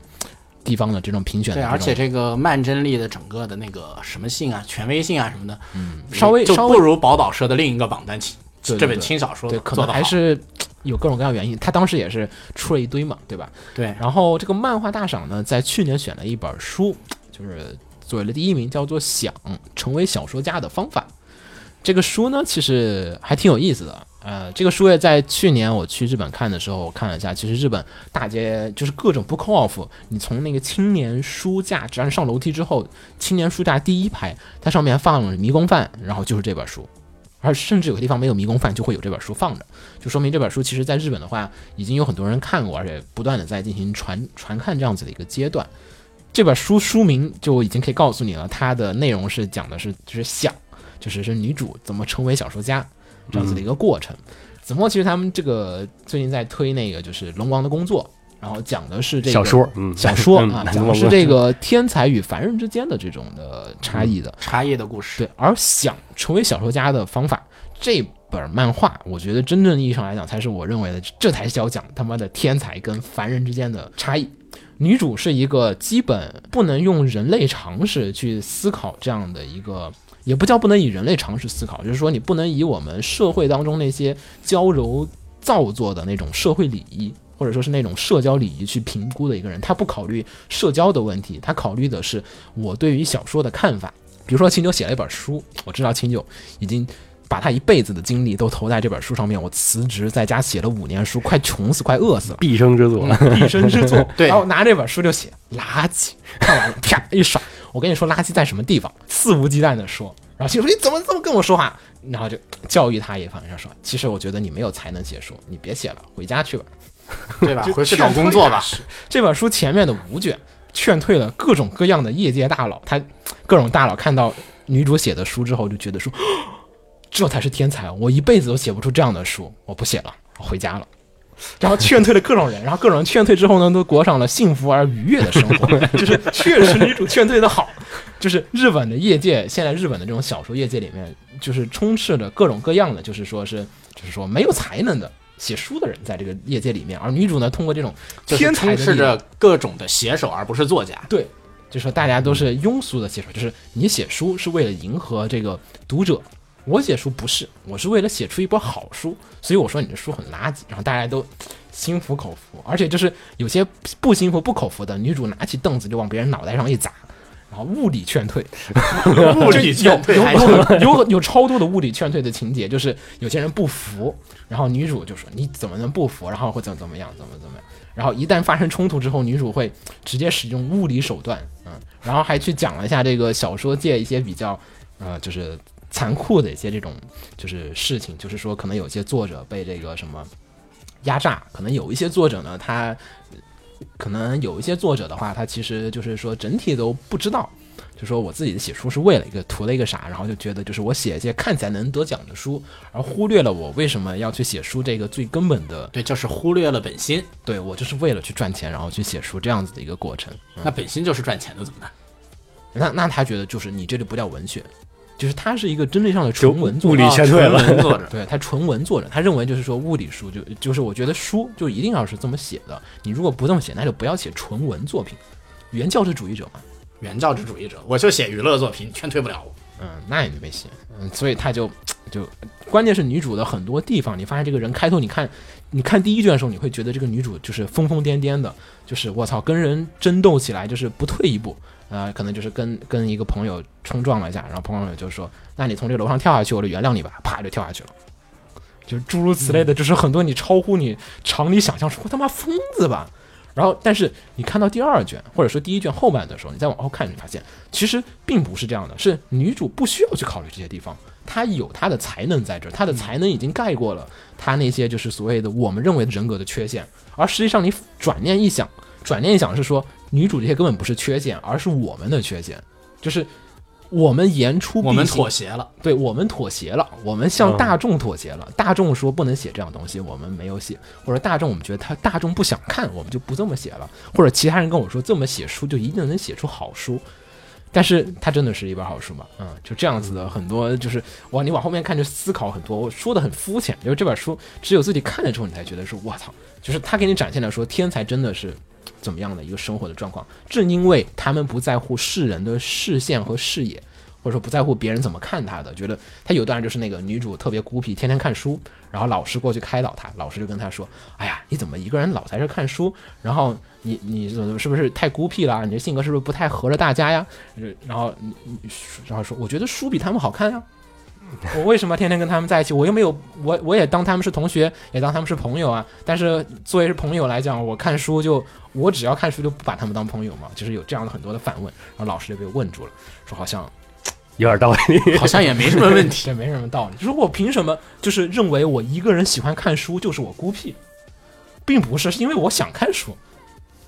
地方的这种评选的对，这种，而且这个慢真力的整个的那个什么性啊、权威性啊什么的，嗯，稍微就稍微不如宝岛社的另一个榜单轻对对这本对轻小说对，可做能的还是有各种各样原因。他当时也是出了一堆嘛，对吧？对，然后这个漫画大赏呢，在去年选了一本书，就是作为了第一名，叫做《想成为小说家的方法》。这个书呢，其实还挺有意思的。呃，这个书也在去年我去日本看的时候，我看了一下，其实日本大街就是各种 book off，你从那个青年书架，只要你上楼梯之后，青年书架第一排，它上面放了《迷宫饭》，然后就是这本书。而甚至有些地方没有迷宫饭，就会有这本书放着，就说明这本书其实在日本的话，已经有很多人看过，而且不断的在进行传传看这样子的一个阶段。这本书书名就已经可以告诉你了，它的内容是讲的是就是想，就是是女主怎么成为小说家这样子的一个过程。嗯子墨其实他们这个最近在推那个就是《龙王的工作》，然后讲的是这个小说，嗯，小说嗯 啊，讲的是这个天才与凡人之间的这种的差异的。茶叶的故事，对，而想成为小说家的方法，这本漫画，我觉得真正意义上来讲，才是我认为的，这才是要讲他妈的天才跟凡人之间的差异。女主是一个基本不能用人类常识去思考这样的一个，也不叫不能以人类常识思考，就是说你不能以我们社会当中那些娇柔造作的那种社会礼仪，或者说是那种社交礼仪去评估的一个人。他不考虑社交的问题，他考虑的是我对于小说的看法。比如说秦九写了一本书，我知道秦九已经把他一辈子的精力都投在这本书上面，我辞职在家写了五年书，快穷死，快饿 死了。毕生之作，毕生之作。对然后拿这本书就写垃圾，看完了啪一甩。我跟你说，垃圾在什么地方？肆无忌惮的说。然后就说你怎么这么跟我说话？然后就教育他一番，就说其实我觉得你没有才能写书，你别写了，回家去吧。 对吧？就回去劝找工作吧退。了。这本书前面的五卷劝退了各种各样的业界大佬，他各种大佬看到女主写的书之后，就觉得说这才是天才，我一辈子都写不出这样的书，我不写了，我回家了。然后劝退了各种人，然后各种人劝退之后呢，都过上了幸福而愉悦的生活。 就是确实女主劝退的好，就是日本的业界，现在日本的这种小说业界里面，就是充斥着各种各样的，就是说是，就是说没有才能的写书的人在这个业界里面，而女主呢，通过这种就是天才充的斥力量着各种的写手，而不是作家。对，就说大家都是庸俗的写手，就是你写书是为了迎合这个读者，我写书不是，我是为了写出一本好书，所以我说你的书很垃圾，然后大家都心服口服，而且就是有些不心服不口服的女主拿起凳子就往别人脑袋上一砸。然后物理劝 退，物就理劝退有还有有有有超多的物理劝退的情节，就是有些人不服，然后女主就说你怎么能不服，然后会怎么怎么样，怎么怎么样，然后一旦发生冲突之后，女主会直接使用物理手段，嗯，然后还去讲了一下这个小说界一些比较，呃，就是残酷的一些这种就是事情，就是说可能有些作者被这个什么压榨，可能有一些作者呢，他可能有一些作者的话，他其实就是说整体都不知道，就说我自己的写书是为了一个图了一个啥，然后就觉得就是我写一些看起来能得奖的书，而忽略了我为什么要去写书这个最根本的，对，就是忽略了本心，对我就是为了去赚钱，然后去写书这样子的一个过程。那本心就是赚钱的，怎么办？那那他觉得就是你这里不叫文学，就是他是一个真正上的就纯文作物理啊劝退了。纯文作 者，对他纯文作者，他认为就是说物理书就就是我觉得书就一定要是这么写的，你如果不这么写，那就不要写纯文作品。原教旨主义者嘛，原教旨主义者，我就写娱乐作品，劝退不了我。嗯，那也没写，嗯，所以他就就关键是女主的很多地方，你发现这个人开头你看你看第一卷的时候，你会觉得这个女主就是疯疯癫癫的，就是我操跟人争斗起来就是不退一步，呃，可能就是跟跟一个朋友冲撞了一下，然后朋友就说，那你从这个楼上跳下去，我就原谅你吧，啪就跳下去了。就诸如此类的，就是很多你超乎你常理想象，说他妈疯子吧。然后，但是你看到第二卷或者说第一卷后半的时候，你再往后看，你发现其实并不是这样的，是女主不需要去考虑这些地方，她有她的才能在这儿，她的才能已经盖过了她那些就是所谓的我们认为人格的缺陷。而实际上，你转念一想，转念一想是说，女主这些根本不是缺陷，而是我们的缺陷，就是我们言出必我们行妥协 了，对我们妥协了，我们向嗯大众妥协了。大众说不能写这样东西，我们没有写，或者大众我们觉得他大众不想看，我们就不这么写了。或者其他人跟我说这么写书就一定能写出好书，但是它真的是一本好书吗？嗯，就这样子的很多就是哇，你往后面看就思考很多，我说的很肤浅，就是这本书只有自己看了之后你才觉得是我操，就是他给你展现了说天才真的是怎么样的一个生活的状况。正因为他们不在乎世人的视线和视野，或者说不在乎别人怎么看他的，觉得他有段就是那个女主特别孤僻，天天看书，然后老师过去开导他，老师就跟他说：“哎呀，你怎么一个人老在这看书？然后你你怎么是不是太孤僻了？你这性格是不是不太合着大家呀？”呃然后你你然后说：“我觉得书比他们好看呀、我为什么天天跟他们在一起？我又没有，我我也当他们是同学，也当他们是朋友啊。但是作为是朋友来讲，我看书就我只要看书就不把他们当朋友嘛，就是有这样的很多的反问。然后老师就被问住了，说好像有点道理。好像也没什么问 题。这没什么道理。如果凭什么就是认为我一个人喜欢看书就是我孤僻，并不是，是因为我想看书。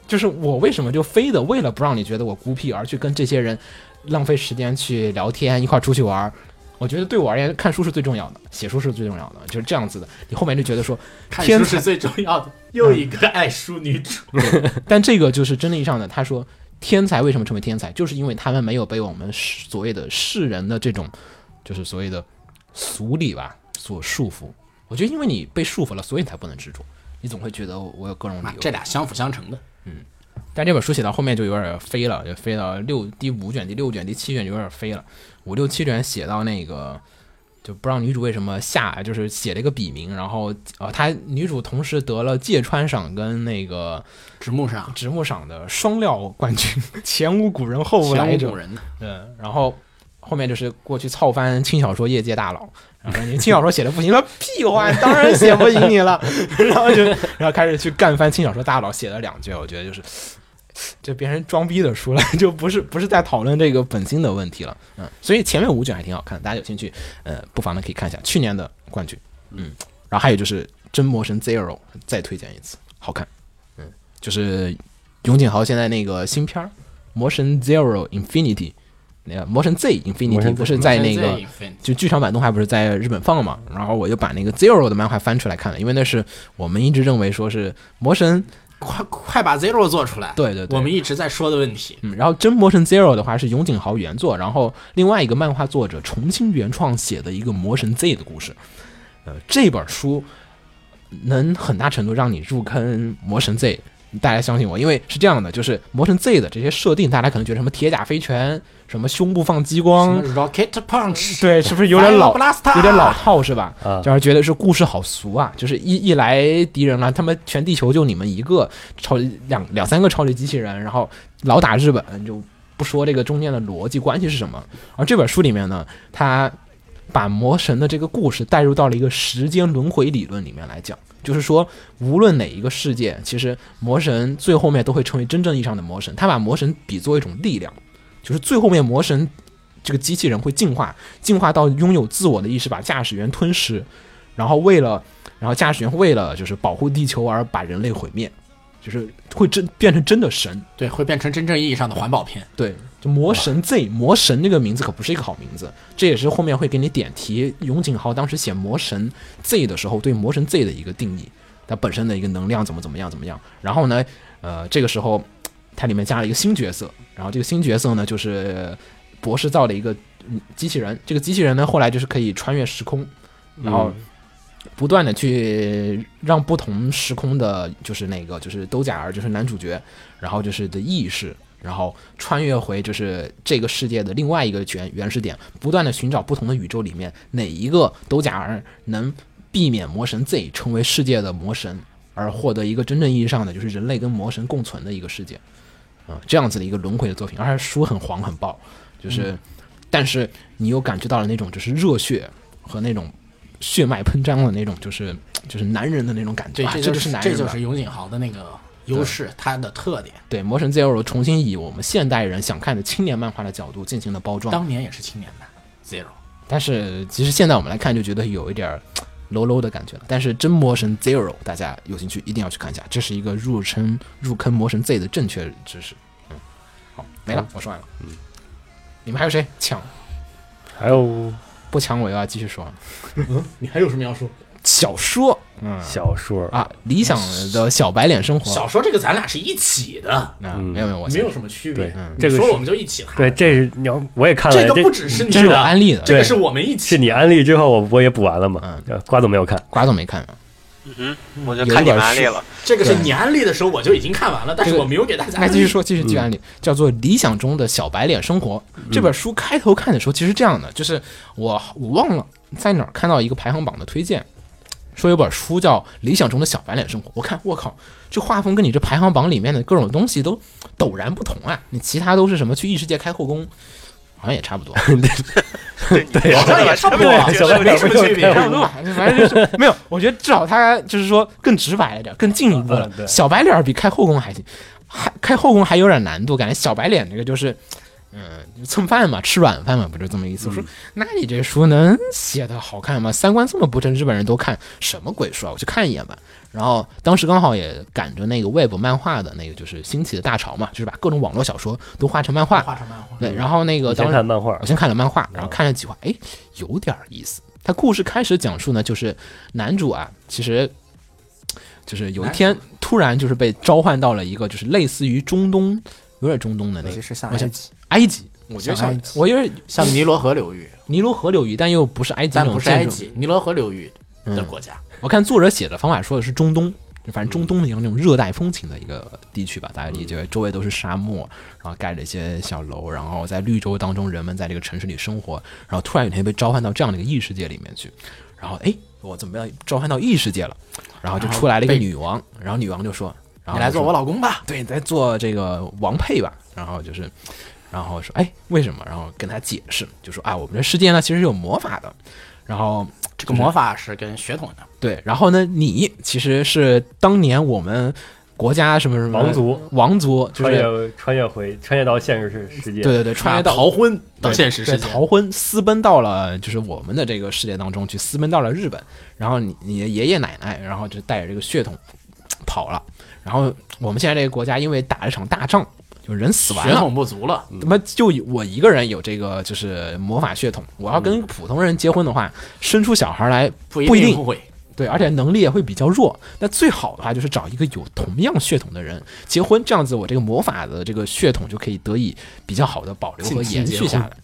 就是我为什么就非得为了不让你觉得我孤僻而去跟这些人浪费时间去聊天，一块儿出去玩儿？我觉得对我而言，看书是最重要的，写书是最重要的，就是这样子的。你后面就觉得说，看天书才是最重要的，又一个爱书女主。但这个就是真正意义上的，他说天才为什么成为天才，就是因为他们没有被我们世所谓的世人的这种，就是所谓的俗理吧所束缚。我觉得因为你被束缚了，所以你才不能执着，你总会觉得我有各种理啊由。这俩相辅相成的，但这本书写到后面就有点飞了，就飞到六第五卷、第六卷、第七卷就有点飞了。五六七卷写到那个，就不知道女主为什么下，就是写了一个笔名，然后呃，她女主同时得了芥川赏跟那个直木上直木赏的双料冠军， 前无古人后无前来无者古。人呢。嗯，然后后面就是过去操翻轻小说业界大佬，然后说你轻小说写的不行，他说屁话，当然写不赢你了， 然后就然后开始去干翻轻小说大佬写了两句，我觉得就是这别人装逼的书了，就不是不是在讨论这个本心的问题了，嗯，所以前面五卷还挺好看，大家有兴趣，呃，不妨呢可以看一下去年的冠军，嗯，然后还有就是《真魔神 Zero》，再推荐一次，好看，嗯，就是永井豪现在那个新片儿《魔神 Zero Infinity》。那个《魔神 Z 魔 Infinity》神 Z 不是在那个现也分就剧场版动画不是在日本放嘛，然后我就把那个 Zero 的漫画翻出来看了，因为那是我们一直认为说是魔神，快快把 Zero 做出来。对对对我们一直在说的问题，嗯，然后真魔神 Zero 的话是永井豪原作，然后另外一个漫画作者重新原创写的一个魔神 Z 的故事，呃，这本书能很大程度让你入坑魔神 Z。大家相信我，因为是这样的，就是魔神 Z 的这些设定，大家可能觉得什么铁甲飞拳，什么胸部放激光，什么 Rocket Punch 对，是不嗯是有点老 Final Blaster 有点老套是吧？啊就是觉得是故事好俗啊，就是一一来敌人了，他们全地球就你们一个超两两三个超级机器人，然后老打日本，就不说这个中间的逻辑关系是什么。而这本书里面呢，它把魔神的这个故事带入到了一个时间轮回理论里面来讲，就是说，无论哪一个世界，其实魔神最后面都会成为真正意义上的魔神。他把魔神比作一种力量，就是最后面魔神这个机器人会进化，进化到拥有自我的意识，把驾驶员吞噬，然后为了，然后驾驶员为了就是保护地球而把人类毁灭，就是会真变成真的神。对，会变成真正意义上的环保片。对，就魔神 Z 魔神这个名字可不是一个好名字，这也是后面会给你点题。永井豪当时写魔神 Z 的时候，对魔神 Z 的一个定义，它本身的一个能量怎么怎么样怎么样。然后呢，呃，这个时候它里面加了一个新角色，然后这个新角色呢就是博士造了一个嗯机器人，这个机器人呢后来就是可以穿越时空，然后不断的去让不同时空的，就是那个就是兜甲儿，就是男主角，然后就是的意识，然后穿越回就是这个世界的另外一个原原始点，不断的寻找不同的宇宙里面哪一个兜甲儿能避免魔神 Z 成为世界的魔神，而获得一个真正意义上的就是人类跟魔神共存的一个世界，啊、这样子的一个轮回的作品，而且书很黄很嗯爆，就是，但是你又感觉到了那种就是热血和那种血脉喷张的那种，就是就是男人的那种感觉对，啊，这这就就是男这人就吧。是永井豪的那个优势，他的特点。对《魔神 Zero》重新以我们现代人想看的青年漫画的角度进行了包装，当年也是青年版 Zero，但是其实现在我们来看就觉得有一点儿 low low 的感觉了。但是真《魔神 Zero》，大家有兴趣一定要去看一下，这是一个入坑入坑《魔神 Z》的正确知识。嗯，好，没了，我说完了。嗯，你们还有谁抢？还有啊不抢我又要继续说了你还有什么要说？小说，嗯小说啊，理想的小白脸生活。小说这个咱俩是一起的，啊，没有没有，我没有先什么区别对。你这个说是我们就一起看，对，这是你要我也看了，这这个不只是你嗯这是我的，安利的，啊这对个是我们一是起。你安利之后，我我也补完了嘛。呃瓜总没有看，瓜总没看啊。嗯，我就看你们安利了。这个是你安利的时候我就已经看完了，但是这个我没有给大家嗯来安利。哎继续说，继续继续安利，叫做《理想中的小白脸生活》这本书。开头看的时候，其实这样的，就是我我忘了在哪儿看到一个排行榜的推荐，说有本书叫《理想中的小白脸生活》。我看，我靠，这画风跟你这排行榜里面的各种东西都陡然不同啊！你其他都是什么去异世界开后宫，好像也差不多。对好像也差不多啊， 小白没脸什么区别。差不多吧，反正就是没有。我觉得至少他就是说更直白了点，更进一步了嗯。对小白脸儿比开后宫还行，还开后宫还有点难度，感觉小白脸这个就是。嗯，蹭饭嘛，吃软饭嘛，不就这么意思？嗯我说，那你这书能写的好看吗？三观这么不正，日本人都看什么鬼书啊？我去看一眼吧。然后当时刚好也赶着那个 Web 漫画的那个就是兴起的大潮嘛，就是把各种网络小说都画成漫画。画成漫画，对，然后那个我当先时看漫画我。先看了漫画，哦然后看了几话，哎，有点儿意思。他故事开始讲述呢，就是男主啊，其实就是有一天突然就是被召唤到了一个就是类似于中东，有点中东的那个是像我想及，埃及。我觉得像埃像及我有点像尼罗河流域，尼罗河流域，但又不是埃及那但种嗯不是埃建筑。及，尼罗河流域的国家。我看作者写的方法说的是中东，就反正中东的一个那种热带风情的一个地区吧，大家理解为周围都是沙漠，然后盖了一些小楼，然后在绿洲当中，人们在这个城市里生活，然后突然有一天被召唤到这样的一个异世界里面去，然后哎，我怎么要召唤到异世界了？然后就出来了一个然后被女王，然后女王就说：“然后你来就做说我老公吧，对，你在做这个王配吧，然后就是，然后说，哎，为什么？然后跟他解释，就说啊，我们这世界呢其实有魔法的，然后这个魔法是跟血统的，对，然后呢，你其实是当年我们国家什么什么王族，王族嗯就穿是越穿越回穿越到现实世世界，对对对，穿越到啊逃婚到对现实世对界，逃婚私奔到了就是我们的这个世界当中去，私奔到了日本，然后你你的爷爷奶奶，然后就带着这个血统跑了，然后我们现在这个国家因为打了一场大仗，就人死完血了，嗯统不足了，他妈就我一个人有这个就是魔法血统，我要跟普通人结婚的话，生出小孩来不不一定定不会。对，而且能力也会比较弱。那最好的话就是找一个有同样血统的人结婚，这样子我这个魔法的这个血统就可以得以比较好的保留和近亲延结续下婚来。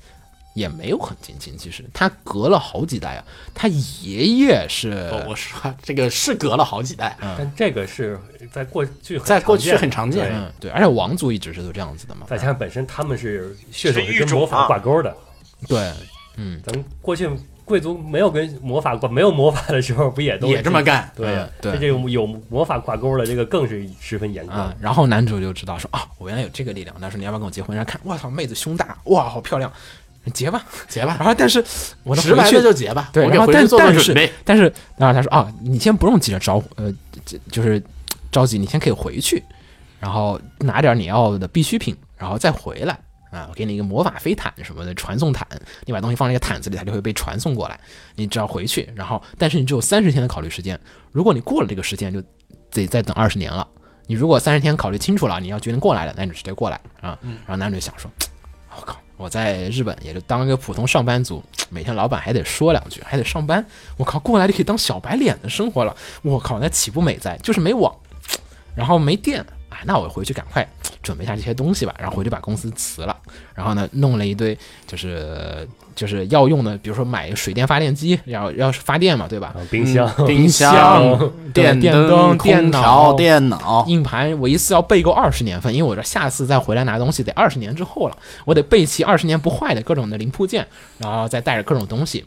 也没有很近亲，其实他隔了好几代啊，他爷爷是哦我我说这个是隔了好几代，但这个是在过去很在过去常见很常见对嗯对，而且王族一直是都这样子的嘛，再加上本身他们是血统是是育跟种魔法啊挂钩的，对，咱们过去贵族没有跟魔法挂，没有魔法的时候不也都也这么？干。对呀嗯，对这这个有魔法挂钩的，这个更是十分严格。啊、然后男主就知道说啊，我原来有这个力量，他说你要不要跟我结婚？然后看，我操，妹子胸大，哇，好漂亮，结吧。结吧，然后但是我的直回白啊的去就结吧，对，我给然后回但去做做但准是备。但是，然后他说啊，你先不用急着着呃，这就是着急，你先可以回去，然后拿点你要的必需品，然后再回来啊。我给你一个魔法飞毯什么的传送毯，你把东西放在一个毯子里，它就会被传送过来。你只要回去，然后但是你只有三十天的考虑时间，如果你过了这个时间，就得再等二十年了。你如果三十天考虑清楚了，你要决定过来了，那你就直接过来啊。然后男主就想说，我靠，我在日本也就当一个普通上班族，每天老板还得说两句，还得上班。我靠，过来就可以当小白脸的生活了。我靠，那岂不美哉？就是没网，然后没电啊，那我回去赶快准备一下这些东西吧，然后回去把公司辞了。然后呢，弄了一堆就是就是要用的，比如说买水电发电机，要要发电嘛，对吧？啊冰箱，嗯嗯冰箱、电电灯空调、电脑，硬盘我一次要备够二十年份，因为我这下次再回来拿东西得二十年之后了，我得备齐二十年不坏的各种的零部件，然后再带着各种东西。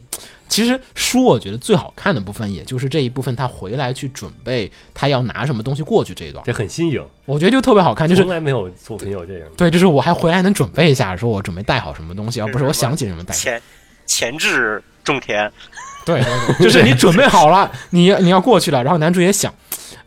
其实书我觉得最好看的部分，也就是这一部分他回来去准备他要拿什么东西过去这一段，这很新颖，我觉得就特别好看， 就是从来没有作品有这样的。对，就是我还回来能准备一下，说我准备带好什么东西，而不是我想起什么带。前前置种田， 对，就是你准备好了，你你要过去了，然后男主也想，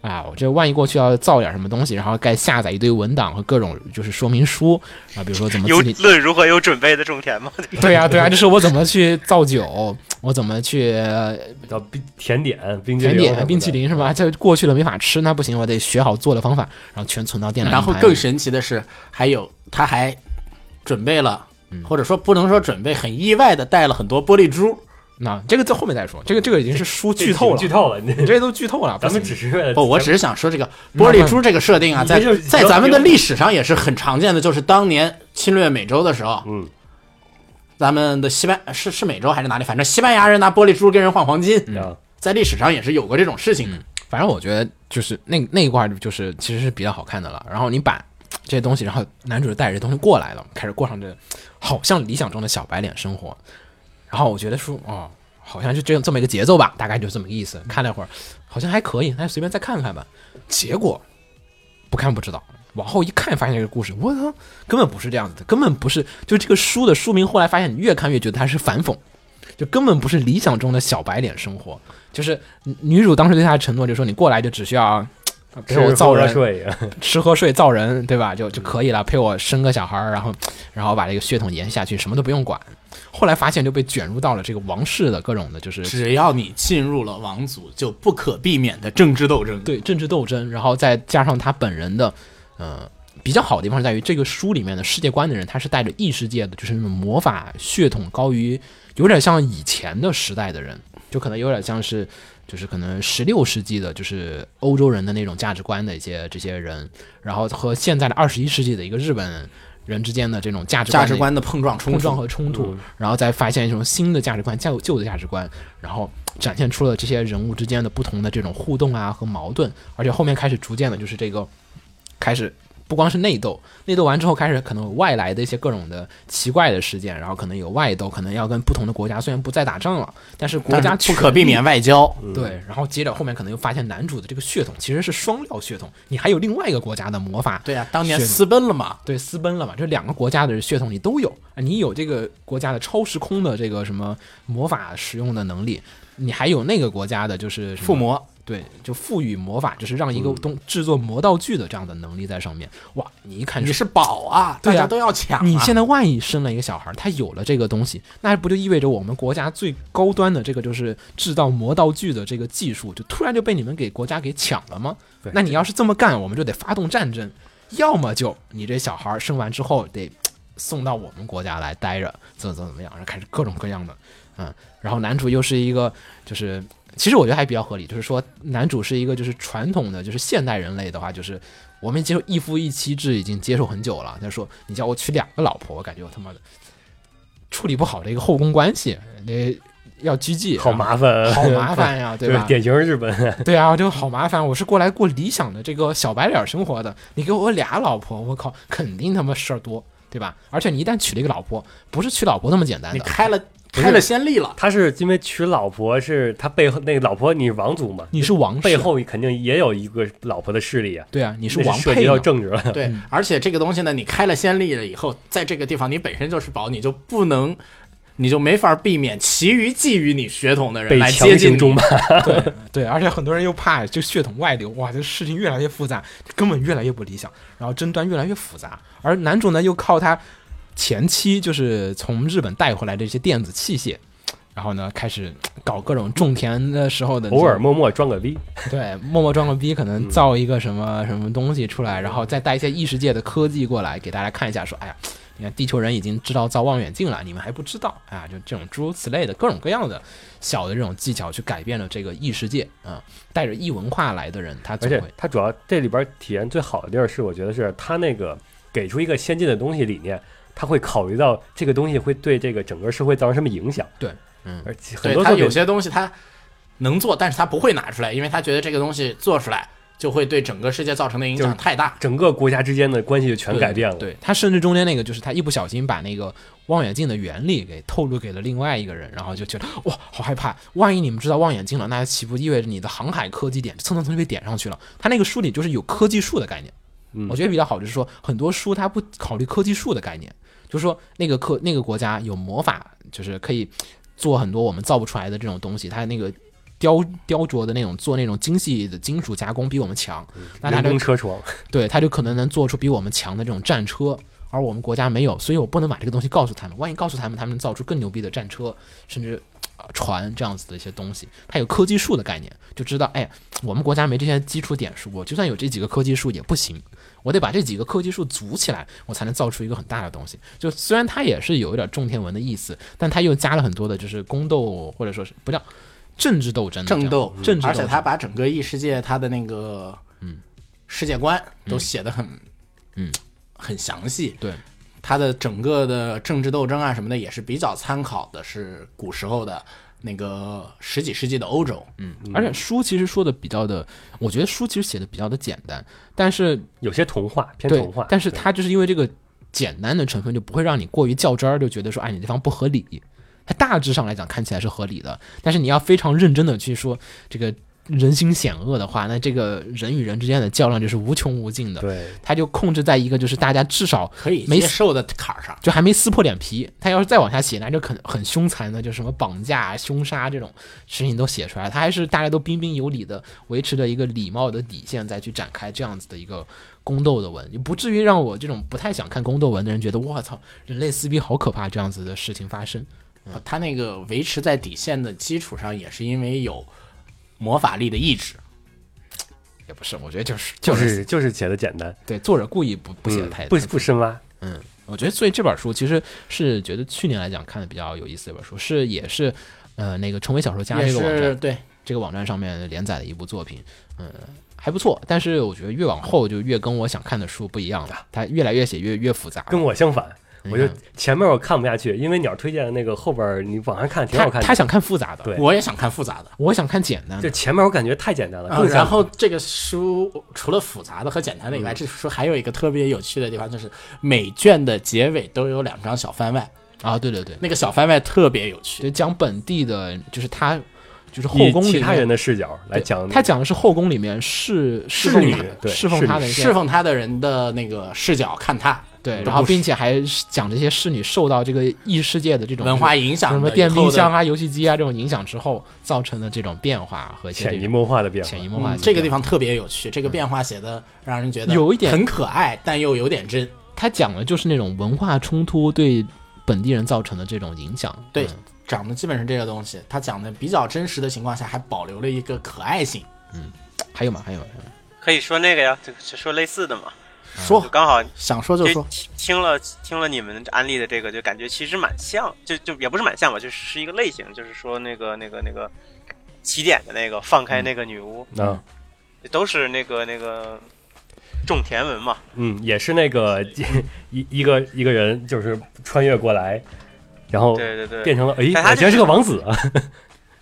啊，我这万一过去要造点什么东西，然后该下载一堆文档和各种就是说明书啊，比如说怎么有自己论如何有准备的种田吗？对呀、对呀、就是我怎么去造酒，我怎么去呃叫冰甜点、冰淇甜淋、点、冰淇淋是吧？这过去了没法吃，那不行，我得学好做的方法，然后全存到电脑然硬后盘里。更神奇的是，还有他还准备了，嗯或者说不能说准备，很意外的带了很多玻璃珠。那这个在后面再说，这个这个已经是书这剧透了，剧透了，你你 这都剧透了，不咱们行只是为了不，我只是想说这个玻璃珠这个设定啊，你在这就是在咱们的历史上也是很常见的，就是当年侵略美洲的时候，嗯，咱们的西班是是美洲还是哪里，反正西班牙人拿玻璃珠跟人换黄嗯金，啊在历史上也是有过这种事情的。反正我觉得就是那那一块儿就是其实是比较好看的了。然后你把这些东西，然后男主就带着这东西过来了，开始过上这好像理想中的小白脸生活。然后我觉得说哦，好像就这样这么一个节奏吧，大概就这么个意思。看了一会儿，好像还可以，那随便再看看吧。结果不看不知道。往后一看，发现这个故事，我操，根本不是这样子的，根本不是。就这个书的书名，后来发现你越看越觉得它是反讽，就根本不是理想中的小白脸生活。就是女女主当时对他的承诺，就说你过来就只需要啊陪我造人，睡呀，吃喝睡造人，对吧？就就可以了，陪我生个小孩儿，然后然后把这个血统延续下去，什么都不用管。后来发现就被卷入到了这个王室的各种的，就是只要你进入了王族，就不可避免的政治斗争。对政治斗争，然后再加上他本人的，呃，比较好的地方是在于这个书里面的世界观的人，他是带着异世界的，就是那种魔法血统高于，有点像以前的时代的人，就可能有点像是，就是可能十六世纪的，就是欧洲人的那种价值观的一些这些人，然后和现在的二十一世纪的一个日本人之间的这种价值观价的值一个观的碰撞冲冲撞突，嗯和冲突，然后再发现一种新的价值观、旧旧的价值观，然后展现出了这些人物之间的不同的这种互动啊和矛盾，而且后面开始逐渐的就是这个开始。不光是内斗，内斗完之后开始可能有外来的一些各种的奇怪的事件，然后可能有外斗，可能要跟不同的国家虽然不再打仗了，但是国但家是不可避权力嗯免嗯外交。对，然后接着后面可能又发现男主的这个血统其实是双料血统，你还有另外一个国家的魔法，对啊，当年血私奔了嘛，对，私奔了嘛，这两个国家的血统你都有，啊你有这个国家的超时空的这个什么魔法使用的能力，你还有那个国家的就是什么附，魔。嗯对，就赋予魔法，就是让一个东制作魔道具的这样的能力在上面。哇，你一看你就是宝啊，对啊大家都要抢、啊。你现在万一生了一个小孩，他有了这个东西，那不就意味着我们国家最高端的这个就是制造魔道具的这个技术，就突然就被你们给国家给抢了吗？那你要是这么干，我们就得发动战争，要么就你这小孩生完之后得送到我们国家来待着，怎么怎么怎么样，然后开始各种各样的，嗯，然后男主又是一个就是。其实我觉得还比较合理，就是说男主是一个就是传统的就是现代人类的话，就是我们接受一夫一妻制已经接受很久了。他说你叫我娶两个老婆，我感觉我他妈的处理不好这个后宫关系，那要拘禁， 啊好麻烦，好麻， 烦呀，对对吧？典型日本，对啊，就好麻烦。我是过来过理想的这个小白脸生活的，你给我俩老婆，我靠，肯定他妈事儿多，对吧？而且你一旦娶了一个老婆，不是娶老婆那么简单你的，开了是开了先例了，他是因为娶老婆是他背后那个老婆，你是王族嘛，你是王室背，后肯定也有一个老婆的势力啊，对啊，你你是王涉配及到呢，政治 了，对，而且这个东西呢，你开了先例了以后，在这个地方你本身就是宝，你就不能，你就没法避免其余觊觎你血统的人被来强接近行中你。吧，对对，而且很多人又怕就血统外流，哇，这事情越来越复杂，根本越来越不理想，然后争端越来越复杂，而男主呢又靠他前妻就是从日本带回来的这些电子器械。然后呢，开始搞各种种田的时候的嗯偶尔默默装个逼，对，默默装个逼，可嗯能造一个什么、什么东西出来，然后再带一些异世界的科技过来给大家看一下，说，哎呀，你看地球人已经知道造望远镜了，你们还不知道啊？就这种诸如此类的各种各样的小的这种技巧，去改变了这个异世界啊、带着异文化来的人，他而总且会他主要这里边体验最好的地儿是，我觉得是他那个给出一个先进的东西理念，他会考虑到这个东西会对这个整个社会造成什么影响，对，嗯而且很对多他作有品些东西他能做，但是他不会拿出来，因为他觉得这个东西做出来就会对整个世界造成的影就是响太大。整个国家之间的关系就全改变了，对他甚至中间那个就是他一不小心把那个望远镜的原理给透露给了另外一个人，然后就觉得哇好害怕，万一你们知道望远镜了，那岂不意味着你的航海科技点蹭蹭蹭就被点上去了？他那个书里就是有科技树的概念，嗯我觉得比较好，就是说很多书它不考虑科技树的概念，就是说那个科那个国家有魔法，就是可以。做很多我们造不出来的这种东西，它那个雕雕琢的那种做那种精细的金属加工比我们强，那它嗯人就工车床，对，他就可能能做出比我们强的这种战车，而我们国家没有，所以我不能把这个东西告诉他们。万一告诉他们，他们能造出更牛逼的战车，甚至呃船这样子的一些东西。它有科技树的概念，就知道，哎，我们国家没这些基础点数，我就算有这几个科技树也不行，我得把这几个科技树组起来，我才能造出一个很大的东西。就虽然它也是有一点种田文的意思，但它又加了很多的，就是宫斗或者说是不叫政治斗争嗯的这样，争斗政治斗嗯而且争，他把整个异世界他的那个嗯世界观都写的很嗯很详细，对。他的整个的政治斗争啊什么的也是比较参考的是古时候的那个十几世纪的欧洲，嗯，而且书其实说的比较的，我觉得书其实写的比较的简单，但是有些童话偏对童话，，但是它就是因为这个简单的成分，就不会让你过于较真儿，就觉得说，哎，你这方不合理。它大致上来讲看起来是合理的，但是你要非常认真的去说这个人心险恶的话，那这个人与人之间的较量就是无穷无尽的。对，它就控制在一个就是大家至少可以没接受的坎儿上。就还没撕破脸皮。他要是再往下写，那就很很凶残的，就什么绑架、凶杀这种事情都写出来。他还是大家都彬彬有礼的，维持着一个礼貌的底线，再去展开这样子的一个宫斗的文，不至于让我这种不太想看宫斗文的人觉得我操，人类撕逼好可怕这样子的事情发生。他呃那个维持在底线的基础上，也是因为有魔法力的意志。也不是，我觉得就是就是就是写的简单，对作者故意不不写的嗯太、 不太不深挖，嗯，我觉得所以这本书其实是觉得去年来讲看的比较有意思的一本书，是也是呃那个成为小说家这也个网站是对，这个网站上面连载的一部作品，嗯，还不错。但是我觉得越往后就越跟我想看的书不一样了，它越来越写越越复杂了。跟我相反，嗯我就前面我看不下去，因为鸟推荐的那个后边儿你网上看挺他好看他的，想看复杂的，对我也想看复杂的。我想看简单就的。前面我感觉太简呃单了，啊更想然后这个书除了复杂的和简单的以嗯外，这书还有一个特别有趣的地方，就是每卷的结尾都有两张小番外，啊，对对嗯对，那个小番外特别有趣。就讲本地的，就是他就是后以宫其里他人面。的视角来讲，他讲的是后宫里面侍侍侍奉女他对侍奉侍他女的一些侍奉他的人的那个视角看他，对，都然后不是并且还讲这些侍女受到这个异世界的这种文化影响什么的电以后冰的箱啊、游戏机啊这种影响之后造成的这种变化和一些这潜移种默化的变化，潜移默化的嗯变化。这个地方特别有趣，这个变化写的让人觉得啊有一点很可爱，但又有点真。他讲的就是那种文化冲突对本地人造成的这种影响。对嗯，讲的基本是这个东西。他讲的比较真实的情况下，还保留了一个可爱性。还有吗？还有吗？还有吗可以说那个呀，就就说类似的嘛，哦说就刚好想说就其实说，听听了听了你们安利的这个，就感觉其实蛮像，就就也不是蛮像吧，就是是一个类型，就是说那个那个那个起点的那个放开那个女巫，啊，都是那个那个种田文嘛，嗯，也是那个 一一个一个人就是穿越过来，然后对对对，哦变成了哎，但他我就居是然是个王子啊，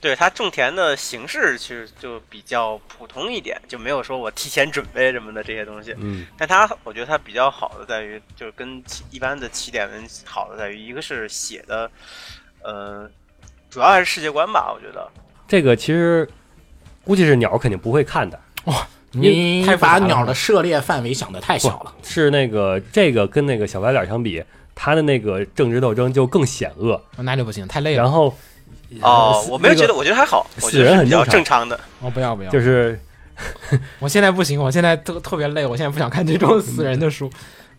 对他种田的形式其实就比较普通一点，就没有说我提前准备什么的这些东西。嗯，但他我觉得他比较好的在于，就是跟起一般的起点文好的在于，一个是写的，呃，主要还是世界观吧，我觉得。 这个其实估计是鸟肯定不会看的，因你为太复杂把了嗯鸟的涉猎范围想的太小了。是那个这个跟那个小白脸相比，他的那个政治斗争就更险恶，那就不行，太累了。然后哦，我没有觉那得，个我觉得还好，我觉死人得是很比较正正常的。哦，不要不要，就是我现在不行，我现在特特别累，我现在不想看这种死人的书。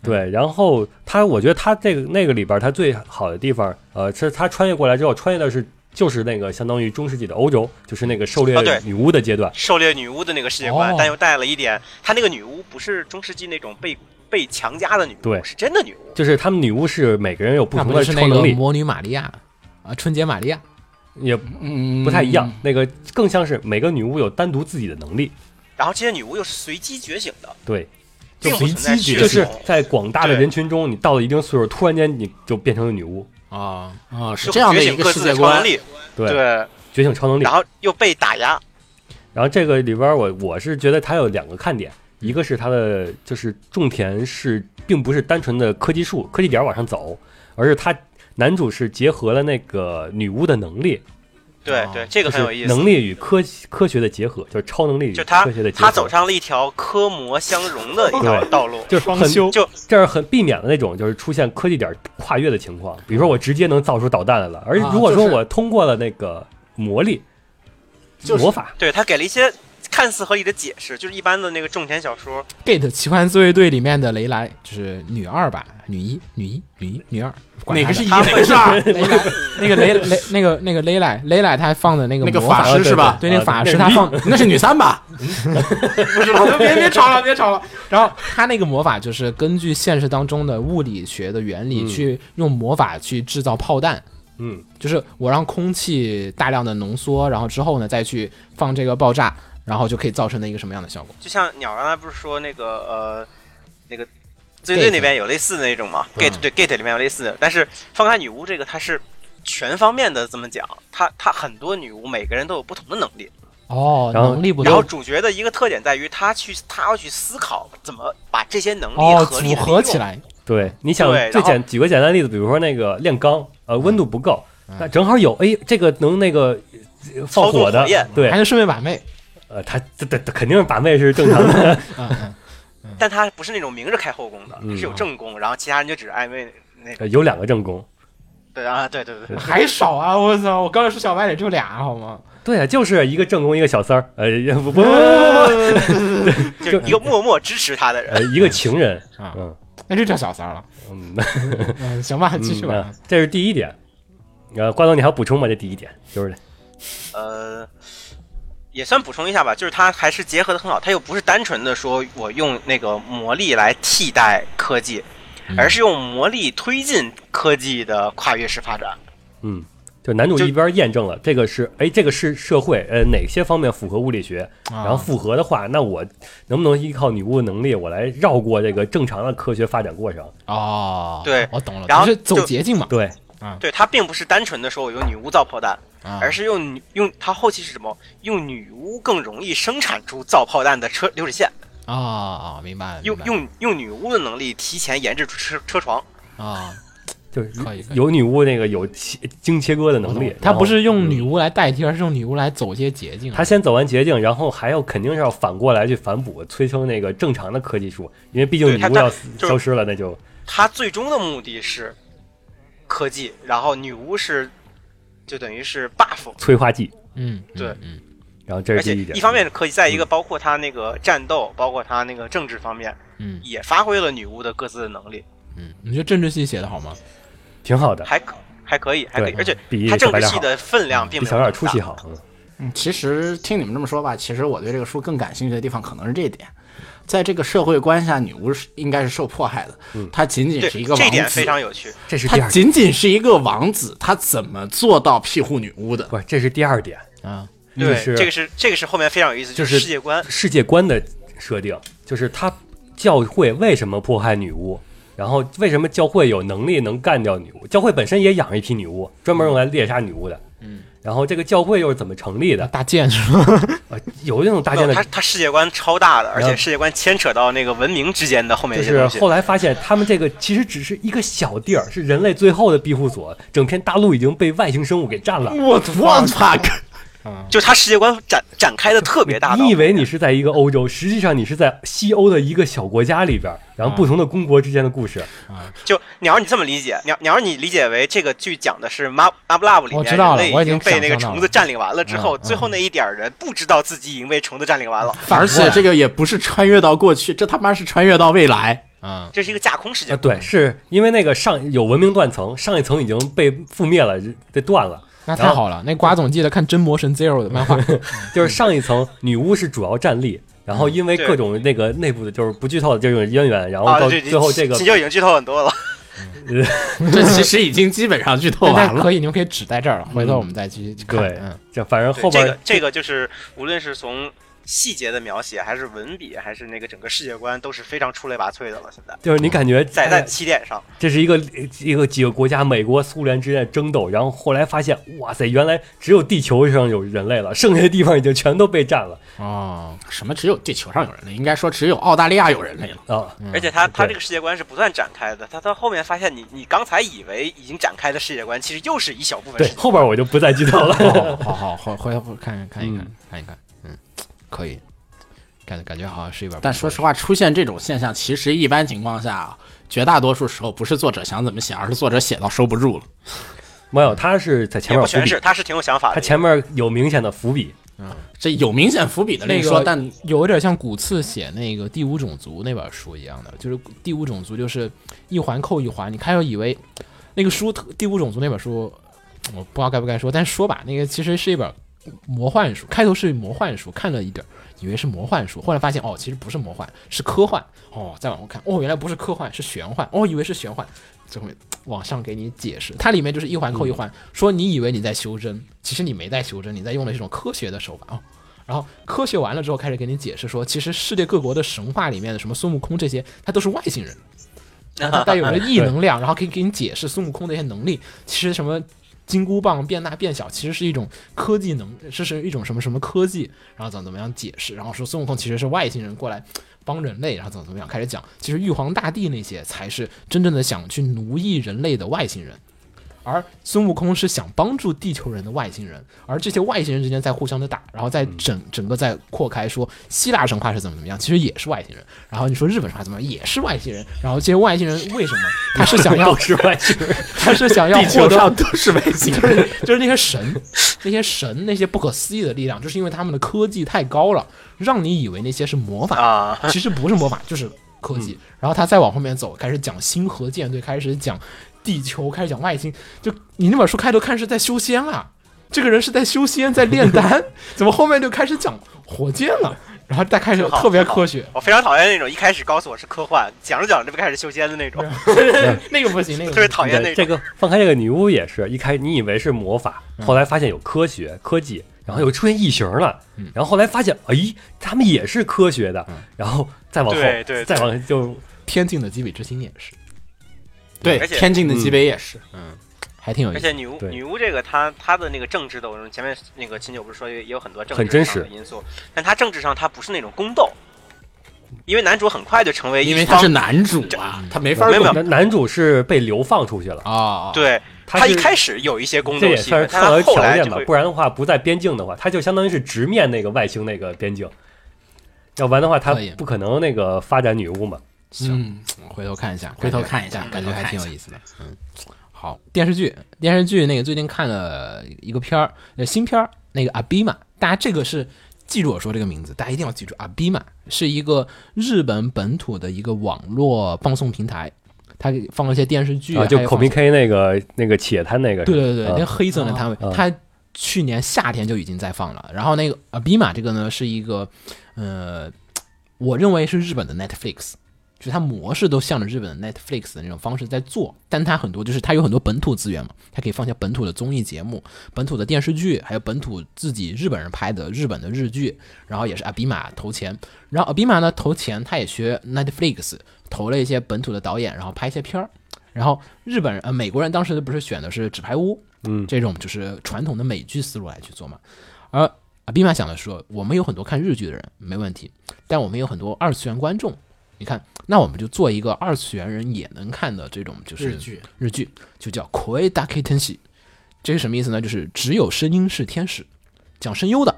对，然后他，我觉得他这个那个里边儿他最好的地方，呃，是他穿越过来之后，穿越的是就是那个相当于中世纪的欧洲，就是那个狩猎啊对女巫的阶段，狩猎女巫的那个世界观，哦但又带了一点，她那个女巫不是中世纪那种被被强加的女巫对，是真的女巫。就是他们女巫是每个人有不那同不就的是超那能个力，魔女玛利亚啊，春节玛利亚也嗯，不太一样。。那个更像是每个女巫有单独自己的能力，然后这些女巫又是随机觉醒的，对，并不随存在机血就统是在广大的对人群中，你到了一定岁数，突然间你就变成了女巫，啊，啊、是就这样觉的醒一各个自世的界超能观。力，对，觉醒超能力。然后又被打压，然后这个里边儿我我是觉得它有两个看点，一嗯个是它的就是种田是并不是单纯的科技树科技点儿往上走，而是它男主是结合了那个女巫的能力，对哦对，这个很有意就思。是能力与科科学的结合，就是超能力与就他科学的结合。他走上了一条科魔相融的一条对道路，就是很就这儿很避免了那种就是出现科技点儿跨越的情况，比如说我直接能造出导弹来了，而啊如果说就是我通过了那个魔力、就是魔法，对他给了一些看似合理的解释，就是一般的那个种田小说， Gate 奇幻自卫队里面的雷莱就是女二吧，女一、女一、女一、女二，管哪她的个是一，他哪会个是二？那个雷雷那个那个雷莱雷莱他放的那个那个魔法法师是吧？对，那个啊法那师个他一放 那是女三吧？不 知道，别别吵了，别吵了。然后他那个魔法就是根据现实当中的物理学的原理嗯去用魔法去制造炮弹，嗯，就是我让空气大量的浓缩，然后之后呢再去放这个爆炸，然后就可以造成的一个什么样的效果？就像鸟刚才不是说那个呃那个最最 Gate 那边有类似的那种嘛，gate 对 gate 里面有类似的，但是放开女巫这个它是全方面的，这么讲，它它很多女巫每个人都有不同的能力，哦，然后能力不然后够主角的一个特点在于他去他要去思考怎么把这些能力哦合理组地合利用起。来，对，你想对最然后简举个简单例子，比如说那个炼钢，呃，温度不够，嗯那正好有，哎，这个能那个呃放操纵火的火焰，对还，能顺便把妹。呃，他这这这肯定是把妹是正 常的，嗯嗯，但他不是那种明着开后宫的，嗯是有正宫，然后其他人就只是暧昧那个。呃有两个正宫，对啊，对对对，还少啊！我操，我刚才说小白脸就俩好 吗？对啊，就是一个正宫一个小三儿，呃， 也不不不不啊不，呃 就是一个默默支持他的人。呃，一个情人，啊，嗯 那就叫小三儿了。嗯。嗯，行吧，嗯继续吧啊。这是第一点。呃，瓜总，你还要补充吗？这第一点就是呃，也算补充一下吧，就是它还是结合的很好，它又不是单纯的说我用那个魔力来替代科技，嗯而是用魔力推进科技的跨越式发展。嗯，就男主就一边验证了这个是，哎，这个是社会，呃，哪些方面符合物理学，然后啊，符合的话，那我能不能依靠女巫的能力，我来绕过这个正常的科学发展过程？哦，对我懂了，然后就是走就捷径嘛。对，对，它并不是单纯的说我用女巫造炮弹，啊，而是用女用它后期是什么？用女巫更容易生产出造炮弹的车流水线，啊啊，明白了，用明白了用用女巫的能力提前研制出车车床。啊，就是可以可以有女巫那个有切精切割的能力。他然后不是用女巫来代替，而是用女巫来走一些捷径。他先走完捷径，然后还要肯定是要反过来去反哺，催生那个正常的科技树，因为毕竟对女他巫他要就是消失了，那就它最终的目的是科技，然后女巫是就等于是 buff 催化剂。嗯，嗯对嗯，然后这而是且第一点。嗯一方面是科技，再一个包括他那个战斗，包括他那个政治方面，嗯也发挥了女巫的各自的能力，嗯，你觉得政治系写的好吗？挺好的，还可还可以，还可以，对而且比小他政白治脸系好，的分量并比没有小那白脸么大出息。好。嗯嗯，其实听你们这么说吧，其实我对这个书更感兴趣的地方可能是这一点，在这个社会观下，女巫是应该是受迫害的，她仅仅对，是一个这王点子非，常有趣。这是第她二点，仅仅是一个王子，她怎么做到庇护女巫的？不是，这是第二点，啊，就对，这个嗯是是这个是后面非常有意思，就是世界观。世界观的设定，就是他教会为什么迫害女巫，然后为什么教会有能力能干掉女巫，教会本身也养一批女巫，专门用来猎杀女巫的。嗯，然后这个教会又是怎么成立的？大剑是吧？呃，嗯有那种大没件的有他他世界观超大的，而然且后世界观牵扯到那个文明之间的后面就一些东是西。后来发现，他们这个其实只是一个小地儿，是人类最后的庇护所。整片大陆已经被外星生物给占了。我 what fuck！就他世界观展展开的特别大。你以为你是在一个欧洲，实际上你是在西欧的一个小国家里边儿，然嗯后不同的公国之间的故事。就鸟，你这么理解，鸟鸟，你理解为这个剧讲的是《Ma Ma Love》里我面知道了人类我已已经经被那个想象到虫了子占领完了之嗯后，嗯最后那一点儿人不知道自己已经被虫子占领完了，而且这个也不是穿越到过去，这他妈是穿越到 未来。啊，这是一个架空世界啊，。对，是因为那个上有文明断层，上一层已经被覆灭了，被断了。那太好了。那瓜总记得看《真魔神 Zero》的漫画，就是上一层女巫是主要战力，然后因为对各种那个内部的，就是不剧透的这种渊源，然后啊，到这最后这个你就已经剧透很多了。这其实已经基本上剧透那完那了。可以，你们可以只在这儿了，回头我们再去看。对嗯，这反正 后对这边个这个就是，无论是从细节的描写，还是文笔，还是那个整个世界观，都是非常出类拔萃的了。现在就是你感觉在在哎起点上，这是一个一个几个国家，美国、苏联之间的争斗，然后后来发现，哇塞，原来只有地球上有人类了，剩下的地方已经全都被占了哦，什么只有地球上有人类，应该说只有澳大利亚有人类了。啊！嗯而且它它对这个世界观是不断展开的。它到后面发现你，你刚才以为已经展开的世界观，其实又是一小部分对世，界。后边我就不再剧透了。 好好好，回回头看看一看嗯看一看，嗯，可以。感感觉好像是一本不错的书。但说实话，出现这种现象，其实一般情况下，绝大多数时候不是作者想怎么写，而是作者写到收不住了。没有，他是在前也面不有伏全是，哦笔，他是挺有想法的。他前面有明显的伏笔，这有明显伏笔的另那个说，但有点像古次写那个《第五种族》那本书一样的，就是《第五种族》就是一环扣一环，你开头以为那个书特《第五种族》那本书，我不知道该不该说，但是说吧，那个其实是一本魔幻书，开头是魔幻书，看了一点儿以为是魔幻书，后来发现哦，其实不是魔幻，是科幻。哦，再往后看，哦，原来不是科幻，是玄幻。哦，以为是玄幻，最后往上给你解释，它里面就是一环扣一环，说你以为你在修真，其实你没在修真，你在用的是一种科学的手法哦。然后科学完了之后，开始给你解释说，其实世界各国的神话里面的什么孙悟空这些，他都是外星人，然后他带有着异能量，然后可以给你解释孙悟空的一些能力。其实什么金箍棒变大变小，其实是一种科技能，这是一种什么什么科技，然后怎么怎么样解释，然后说孙悟空其实是外星人过来帮人类，然后怎么怎么样开始讲，其实玉皇大帝那些才是真正的想去奴役人类的外星人。而孙悟空是想帮助地球人的外星人，而这些外星人之间在互相的打，然后在整整个在扩开说希腊神话是怎么怎么样，其实也是外星人。然后你说日本神话怎么样，也是外星人。然后这些外星人为什么他是想 要都是外星人。他是想要获得都是外星人。就是 就是那些神，那些神那些不可思议的力量，就是因为他们的科技太高了，让你以为那些是魔法，啊，嗯其实不是魔法，就是科技。然后他再往后面走，开始讲星河舰队，开始讲地球，开始讲外星。就你那本书开头看是在修仙啊，这个人是在修仙，在炼丹， 怎么后面就开始讲火箭了？然后再开始挺好特别挺好科学， 我非常讨厌那种一开始告诉我是科幻，讲着讲着就开始修仙的那种，那个不行，那个不特别行。讨厌那对这种。个放开这个女巫也是一开你以为是魔法，嗯后来发现有科学科技，然后又出现异形了嗯，然后后来发现哎，他们也是科学的嗯，然后再往后对对对再往就天境的极北之心也是，对，而且天境的极北也是。还挺有意而思。且女巫对女巫这个她她的那个政治斗争，前面那个秦九不是说也有很多政很治真上的实因素，但她政治上她不是那种宫斗，因为男主很快就成为一因为他哎方是男主啊，嗯他没法没有没有男男主是被流放出去了，啊，对是一开始有一些宫这斗也戏算是客份，但她观后条来件就吧会，不然的话不在边境的话，他就相当于是直面那个外星那个边境，要不然的话他可以不可能那个发展女巫嘛。嗯，回头看一下，回头看一下感觉回头还看一挺下有意思的。嗯，好，电视剧，电视剧那个最近看了一个片儿，呃新片儿，那个阿比玛，大家这个是记住我说这个名字，大家一定要记住，阿比玛是一个日本本土的一个网络放送平台，它给放了一些电视剧啊，就还有口放鼻 K 那个那个企业摊那个是吧，对对对，啊那黑色的摊位啊，它去年夏天就已经在放了。然后那个 Abima 这个呢，是一个，呃，我认为是日本的 Netflix，就是它模式都向着日本的 Netflix 的那种方式在做，但它很多就是它有很多本土资源嘛，它可以放下本土的综艺节目、本土的电视剧，还有本土自己日本人拍的日本的日剧，然后也是 Abima 投钱，然后 Abima 呢投钱，他也学 Netflix 投了一些本土的导演，然后拍一些片儿。然后日本人呃美国人当时不是选的是《纸牌屋》嗯这种就是传统的美剧思路来去做嘛，而阿比玛想的说，我们有很多看日剧的人没问题，但我们有很多二次元观众，你看，那我们就做一个二次元人也能看的这种就是日剧，日剧就叫《Koi d a k i t e n s i 这是什么意思呢？就是只有声音是天使，讲声优的，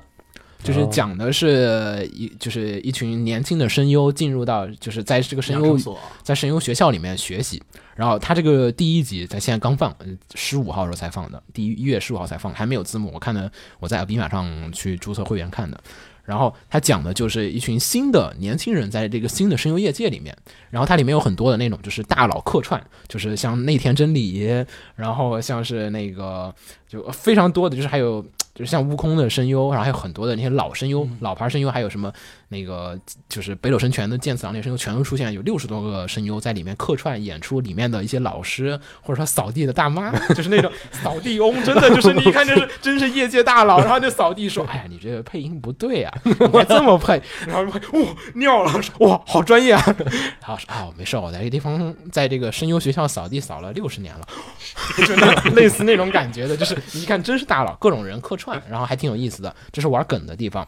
就是哦讲的是一就是一群年轻的声优进入到就是在这个声养优生所在声优学校里面学习。然后他这个第一集在现在刚放，十五号的时候才放的，第一月十五号才放，还没有字幕。我看的我在阿比玛上去注册会员看的。然后他讲的就是一群新的年轻人在这个新的声优业界里面，然后它里面有很多的那种就是大佬客串，就是像内田真理，然后像是那个就非常多的，就是还有就是像悟空的声优，然后还有很多的那些老声优、老牌声优，还有什么那个就是北斗神拳的剑次郎那些声优全都出现，有六十多个声优在里面客串演出里面的一些老师，或者说扫地的大妈， 就是那种扫地翁，真的就是你一看就是真是业界大佬，然后就扫地说：“哎呀，你这个配音不对啊， 你该这么配。”然后哇、尿了，说哇好专业啊！ 然后说啊、没事，我在这个地方，在这个声优学校扫地扫了六十年了， 就那类似那种感觉的，就是你一看真是大佬，各种人客串，然后还挺有意思的，这是玩梗的地方。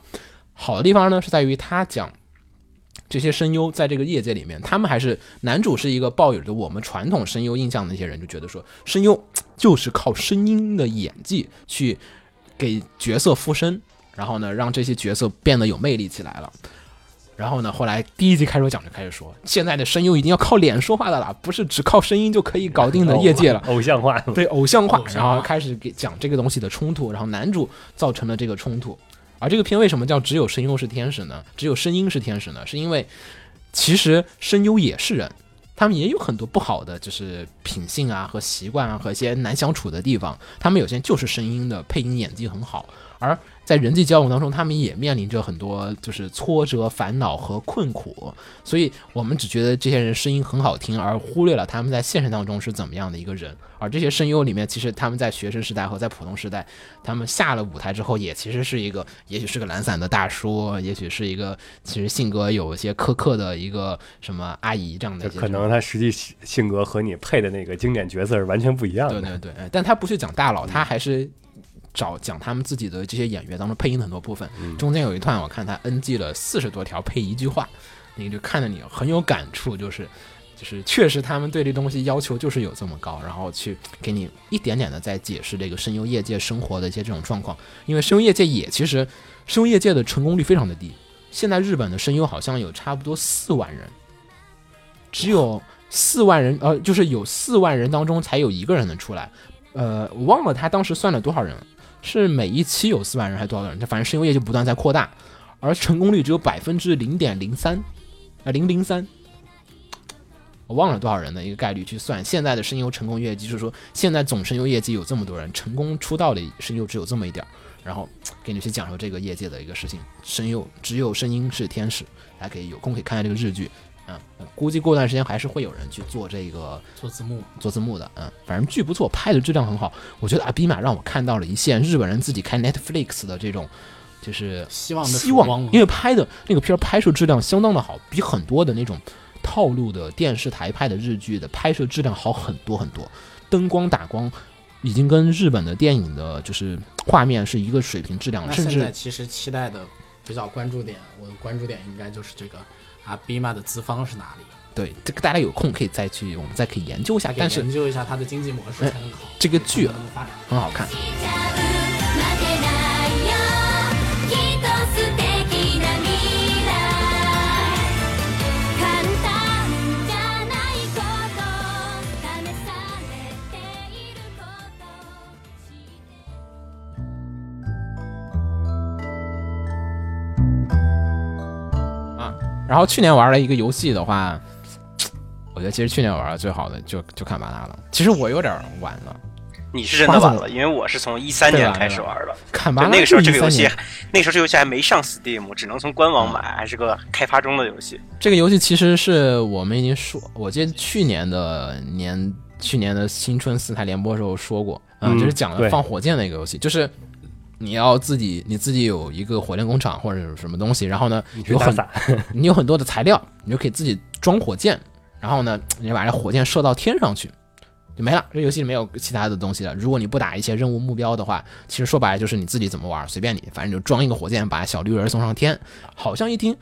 好的地方呢，是在于他讲这些声优在这个业界里面，他们还是男主是一个抱有着我们传统声优印象的那些人，就觉得说声优就是靠声音的演技去给角色附身，然后呢让这些角色变得有魅力起来了。然后呢，后来第一集开头讲就开始说，现在的声优已经要靠脸说话的了，不是只靠声音就可以搞定的业界了。哦偶像 化。对偶像化偶，像然化后开始给讲这个东西的冲突，然后男主造成了这个冲突。而这个片为什么叫只有声优是天使呢？只有声音是天使呢？是因为其实声优也是人，他们也有很多不好的就是品性啊和习惯啊和一些难相处的地方。他们有些就是声音的配音演技很好，而在人际交往当中，他们也面临着很多就是挫折、烦恼和困苦。所以我们只觉得这些人声音很好听，而忽略了他们在现实当中是怎么样的一个人。而这些声优里面，其实他们在学生时代和在普通时代，他们下了舞台之后，也其实是一个，也许是个懒散的大叔，也许是一个其实性格有一些苛刻的一个什么阿姨这样的就一些可能他实际性性格和你配的那个经典角色是完全不一样的。对对对，哎但他不去讲大佬，他还是找讲他们自己的这些演员当中配音的很多部分。嗯中间有一段我看他 NG 了四十多条配一句话，你就看着你很有感触，就是。就是确实，他们对这东西要求就是有这么高，然后去给你一点点的在解释这个声优业界生活的一些这种状况。因为声优业界也其实，声优业界的成功率非常的低。现在日本的声优好像有差不多四万人，只有四万人，呃，就是有四万人当中才有一个人能出来。呃，我忘了他当时算了多少人，是每一期有四万人还是多少人？反正声优业就不断在扩大，而成功率只有百分之零点零三，呃，零零三。我忘了多少人的一个概率去算现在的声优成功业绩，就是说现在总声优业绩有这么多人，成功出道的声优只有这么一点儿。然后给你去讲述这个业界的一个事情，声优只有声音是天使，大家可以有空可以看看这个日剧。啊，估计过段时间还是会有人去做这个做字幕，做字幕的，嗯，反正剧不错，拍的质量很好。我觉得阿比玛让我看到了一线日本人自己开 Netflix 的这种，就是希望的希曙望光，啊因为拍的那个片儿拍摄质量相当的好，比很多的那种套路的电视台拍的日剧的拍摄质量好很多很多，灯光打光已经跟日本的电影的就是画面是一个水平质量了，那甚现在至其实期待的比较关注点，我的关注点应该就是这个阿比玛的资方是哪里？对这个大家有空可以再去我们再可以研究一下，但是哎研究一下它的经济模式才能好。这个剧啊能发展。很好看。 「負けないよきっと素敵な未来が待簡単じゃないこと」「試されていること知ってる」然后去年玩了一个游戏的话，我觉得其实去年玩的最好的就就看巴拉了。其实我有点晚了，你是真的晚花了，因为我是从一三年对吧开始玩的。看对巴，拉那个时候这个游13戏年，那个时候这个游戏还没上 Steam，只能从官网买，还是个开发中的游戏。这个游戏其实是我们已经说，我记得去年的年去年的新春四台联播的时候说过，啊、嗯就是讲了对放火箭的一个游戏，就是。你要自己你自己有一个火箭工厂或者什么东西，然后呢你去有打很伞，你有很多的材料，你就可以自己装火箭，然后呢，你把这火箭射到天上去，就没了。这游戏里没有其他的东西了。如果你不打一些任务目标的话，其实说白了就是你自己怎么玩，随便你，反正你就装一个火箭，把小绿人送上天。好像一听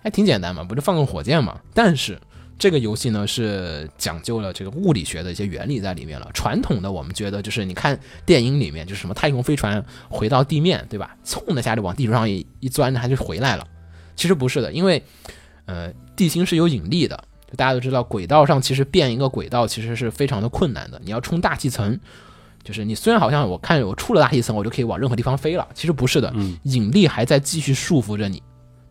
还挺简单嘛，不就放个火箭嘛？但是这个游戏呢是讲究了这个物理学的一些原理在里面了。传统的我们觉得就是你看电影里面就是什么太空飞船回到地面，对吧？蹭的一下就往地球上一一钻，它就回来了。其实不是的，因为呃地心是有引力的。就大家都知道，轨道上其实变一个轨道其实是非常的困难的。你要冲大气层，就是你虽然好像我看我出了大气层，我就可以往任何地方飞了，其实不是的，嗯引力还在继续束缚着你。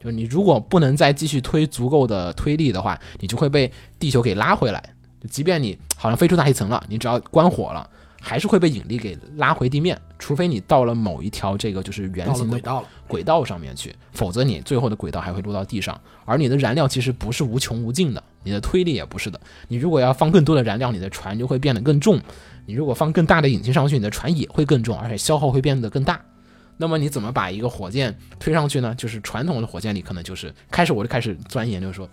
就是你如果不能再继续推足够的推力的话，你就会被地球给拉回来。就即便你好像飞出大气层了，你只要关火了，还是会被引力给拉回地面，除非你到了某一条这个就是到圆了形的轨道了，轨道上面去，否则你最后的轨道还会落到地上。而你的燃料其实不是无穷无尽的，你的推力也不是的。你如果要放更多的燃料，你的船就会变得更重；你如果放更大的引擎上去，你的船也会更重，而且消耗会变得更大。那么你怎么把一个火箭推上去呢？就是传统的火箭里可能就是开始我就开始钻研，就是说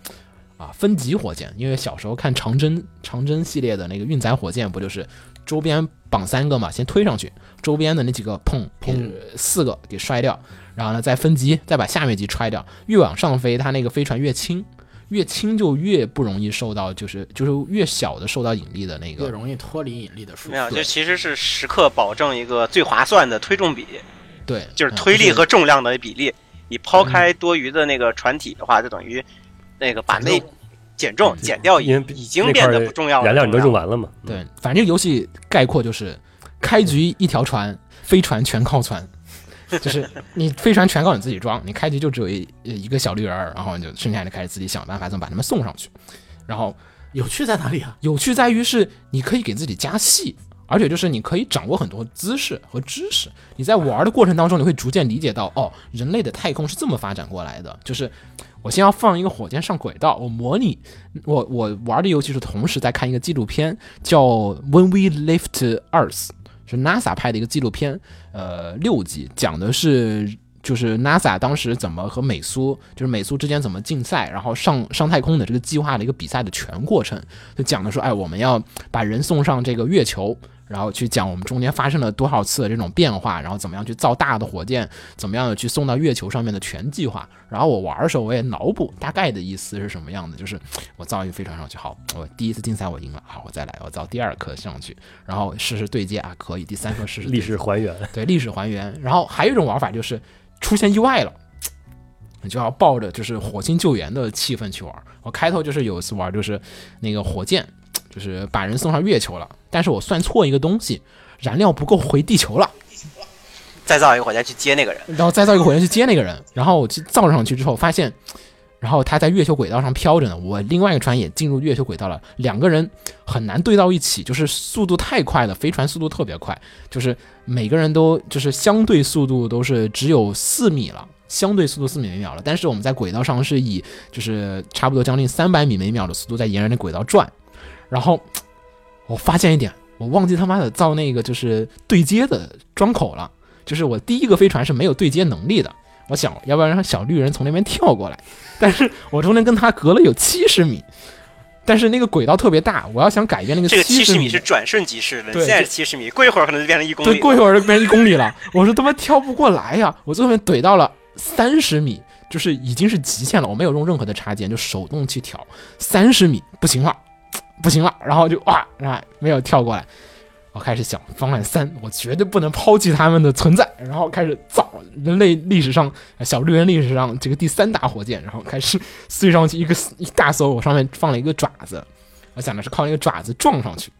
啊，分级火箭，因为小时候看长征长征系列的那个运载火箭，不就是周边绑三个嘛，先推上去，周边的那几个砰嗯砰四个给摔掉，然后呢再分级，再把下面级摔掉，越往上飞，它那个飞船越轻。越轻就越不容易受到，就是就是越小的受到引力的那越个，容易脱离引力的束没有，缚。就其实是时刻保证一个最划算的推重比，对，就是嗯推力和重量的比例。你抛开多余的那个船体的话，就等于那个把那减重减掉已因为已经变得不重要了。燃料你都重用要完了嘛？嗯对，嗯反正这个游戏概括就是：开局一条船，飞船全靠船。 就是你飞船全靠你自己装，你开局就只有一一个小绿人儿，然后你就剩下的开始自己想办法怎么把他们送上去。然后有趣在哪里啊？有趣在于是你可以给自己加戏，而且就是你可以掌握很多姿势和知识。你在玩的过程当中，你会逐渐理解到，哦，人类的太空是这么发展过来的，就是我先要放一个火箭上轨道，我模拟我我玩的游戏是同时在看一个纪录片，叫《When We Left Earth》，是 NASA 拍的一个纪录片，呃，六集，讲的是。就是 NASA 当时怎么和美苏，就是美苏之间怎么竞赛，然后上上太空的这个计划的一个比赛的全过程，就讲的说，哎，我们要把人送上这个月球，然后去讲我们中间发生了多少次的这种变化，然后怎么样去造大的火箭，怎么样的去送到月球上面的全计划。然后我玩的时候，我也脑补大概的意思是什么样的，就是我造一个飞船上去，好，我第一次竞赛我赢了，好，我再来，我造第二颗上去，然后试试对接啊，可以，第三颗试试对接历史还原， 对历史还原。然后还有一种玩法就是出现意外了，你就要抱着就是火星救援的气氛去玩。我开头就是有一次玩就是那个火箭，就是把人送上月球了，但是我算错一个东西，燃料不够回地球了。再造一个火箭去接那个人，然后再造一个火箭去接那个人，然后我去造上去之后发现，然后他在月球轨道上飘着呢，我另外一个船也进入月球轨道了，两个人很难对到一起，就是速度太快了，飞船速度特别快，就是每个人都就是相对速度都是只有四米了。相对速度四米每秒了，但是我们在轨道上是以就是差不多将近三百米每秒的速度在沿着那轨道转，然后我发现一点，我忘记他妈的造那个就是对接的窗口了，就是我第一个飞船是没有对接能力的。我想要不要让小绿人从那边跳过来，但是我中间跟他隔了有七十米，但是那个轨道特别大，我要想改变那个这个七十十米是转瞬即逝的，对现在是七十米，过一会儿可能就变成一公对，里。过一会儿就变成一公里了。 我说他妈跳不过来呀、我最后面怼到了三十米，就是已经是极限了，我没有用任何的插件，就手动去调三十米，不行了，不行了，然后就哇，啊没有跳过来。我开始想方案三，我绝对不能抛弃他们的存在，然后开始造人类历史上呃小绿人历史上这个第三大火箭，然后开始碎上去一个一大艘，我上面放了一个爪子，我想的是靠那个爪子撞上去。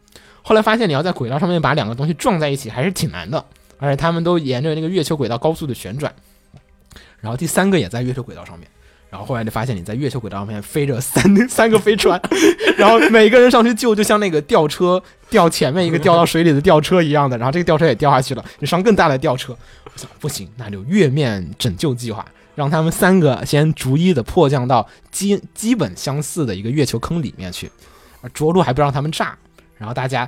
后来发现你要在轨道上面把两个东西撞在一起还是挺难的，而且他们都沿着那个月球轨道高速的旋转。然后第三个也在月球轨道上面，然后后来就发现你在月球轨道上面飞着三 三个飞船，然后每个人上去救，就像那个吊车吊前面一个掉到水里的吊车一样的，然后这个吊车也掉下去了，你上更大的吊车。我想不行，那就月面拯救计划。让他们三个先逐一的迫降到基基本相似的一个月球坑里面去，而着陆还不让他们炸，然后大家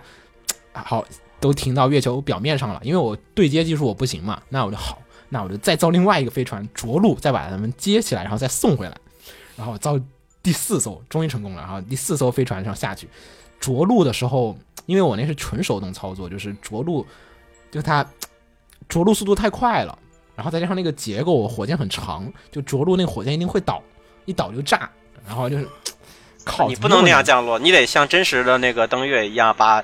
啊好都停到月球表面上了，因为我对接技术我不行嘛，那我就好，那我就再造另外一个飞船着陆，再把它们接起来，然后再送回来，然后造第四艘，终于成功了，然后第四艘飞船上下去着陆的时候，因为我那是纯手动操作，就是着陆，就它着陆速度太快了，然后再加上那个结构，我火箭很长，就着陆那个火箭一定会倒，一倒就炸，然后就是。靠！你怎不么能又那样来降落，你得像真实的那个登月一样，把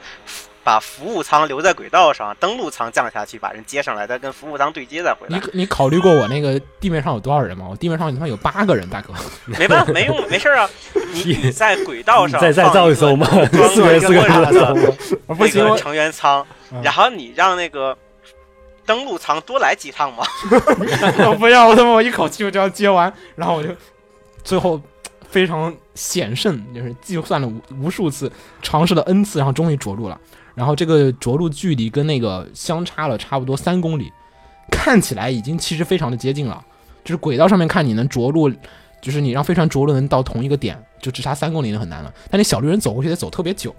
把服务舱留在轨道上，登陆舱降下去，把人接上来，再跟服务舱对接再回来你。你考虑过我那个地面上有多少人吗？我地面上他妈有八个人，大哥。 没办法，没用，没事儿啊。你你在轨道上再再放造一一艘个嘛， 装四了个一人个四个温人 暖的我不那行，个我成员舱嗯，然后你让那个登陆舱多来 几趟嘛。我不要，我他妈我一口气我就要接完，然后我就最后非常险胜，就是计算了无无数次，尝试了 n 次，然后终于着陆了。然后这个着陆距离跟那个相差了差不多三公里，看起来已经其实非常的接近了。就是轨道上面看你能着陆，就是你让飞船着陆能到同一个点，就只差三公里已经很难了。但你小绿人走过去得走特别久，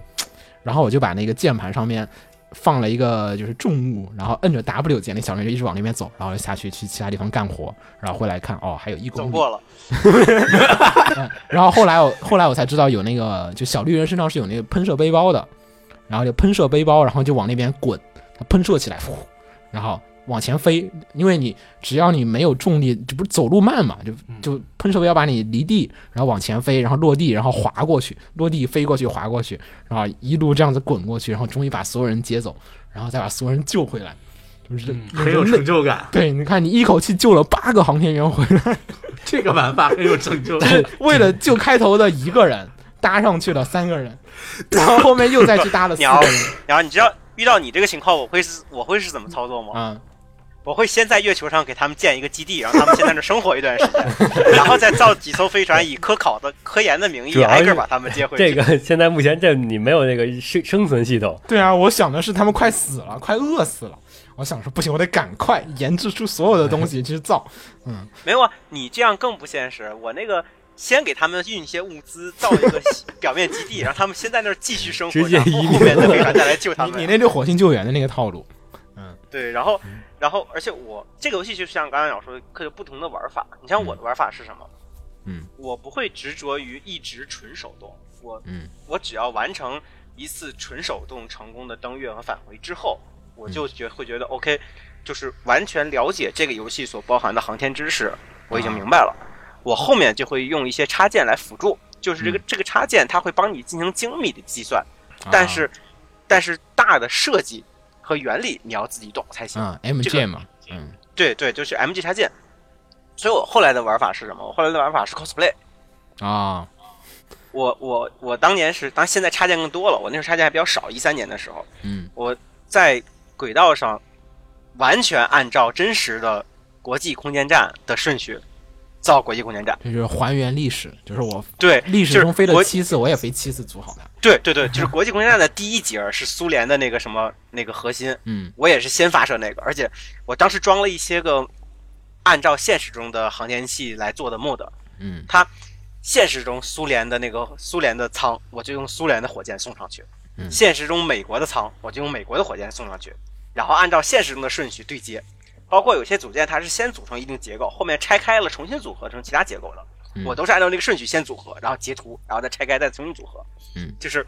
然后我就把那个键盘上面放了一个就是重物，然后摁着 W 键，那小人就一直往那边走，然后下去去其他地方干活，然后回来看哦，还有一走公里。过了，嗯然后后来我后来我才知道有那个就小绿人身上是有那个喷射背包的，然后就喷射背包，然后就往那边滚，它喷射起来，呼，然后往前飞，因为你只要你没有重力，这不是走路慢嘛，就嗯就喷射背包把你离地，然后往前飞，然后落地，然后滑过去，落地飞过去滑过去，然后一路这样子滚过去，然后终于把所有人接走，然后再把所有人救回来。嗯人嗯很 有成就感，对，你看你一口气救了八个航天员回来，这个玩法很有成 就感。为了救开头的一个人，搭上去了三个 人，然后后面又再去搭了四个人，然后你知道遇到你这个情况，我会是我会是怎么操作吗？啊，我会先在月球上给他们建一个基地，让他们先在那生活一段时 间，然后再造几艘飞船，以科考的科研的名主义要是挨个把他们接回这去。个现在目前这你没有那个生生存系统，对啊，我想的是他们快死了，快饿死了，我想说不行，我得赶快研制出所有的东 西去造， 没有啊，你这样更不现实。我那个先给他们运一些物资，造一个 表面基地，让他们先在那儿继续生活，直接然后移民后面的飞船再来救他你 们。你那就火星救援的那个套路，对，然后，嗯然后，而且我这个游戏就像刚刚讲说，它有不同的玩法。你像我的玩法是什么？嗯，我不会执着于一直纯手动，我，嗯，我只要完成一次纯手动成功的登月和返回之后，我嗯就觉会觉得 OK，就是完全了解这个游戏所包含的航天知识，我啊已经明白了。我后面就会用一些插件来辅助，就是嗯这个、这个插件它会帮你进行精密的计算，啊但是，但是大的设计和原理你要自己懂才行。啊，MJ 嘛，嗯对对，就是 MG 插件。所以我后来的玩法是什么？我后来的玩法是 cosplay。啊，我我我当年是，当现在插件更多了，我那时候插件还比较少，一三年的时候，嗯我在轨道上完全按照真实的国际空间站的顺序造国际空间站。这就是还原历史，就是我对，历史就是中飞了国七次，我也飞七次组好的，对对对，就是国际空间站的第一节儿是苏联的那个什么那个核心，嗯我也是先发射那个，而且我当时装了一些个按照现实中的航天器来做的 mod，嗯现实中苏联的那个苏联的舱，我就用苏联的火箭送上去；嗯现实中美国的舱，我就用美国的火箭送上去，然后按照现实中的顺序对接。包括有些组件，它是先组成一定结构，后面拆开了重新组合成其他结构的。嗯我都是按照那个顺序先组合，然后截图，然后再拆开，再重新组合。嗯，就是，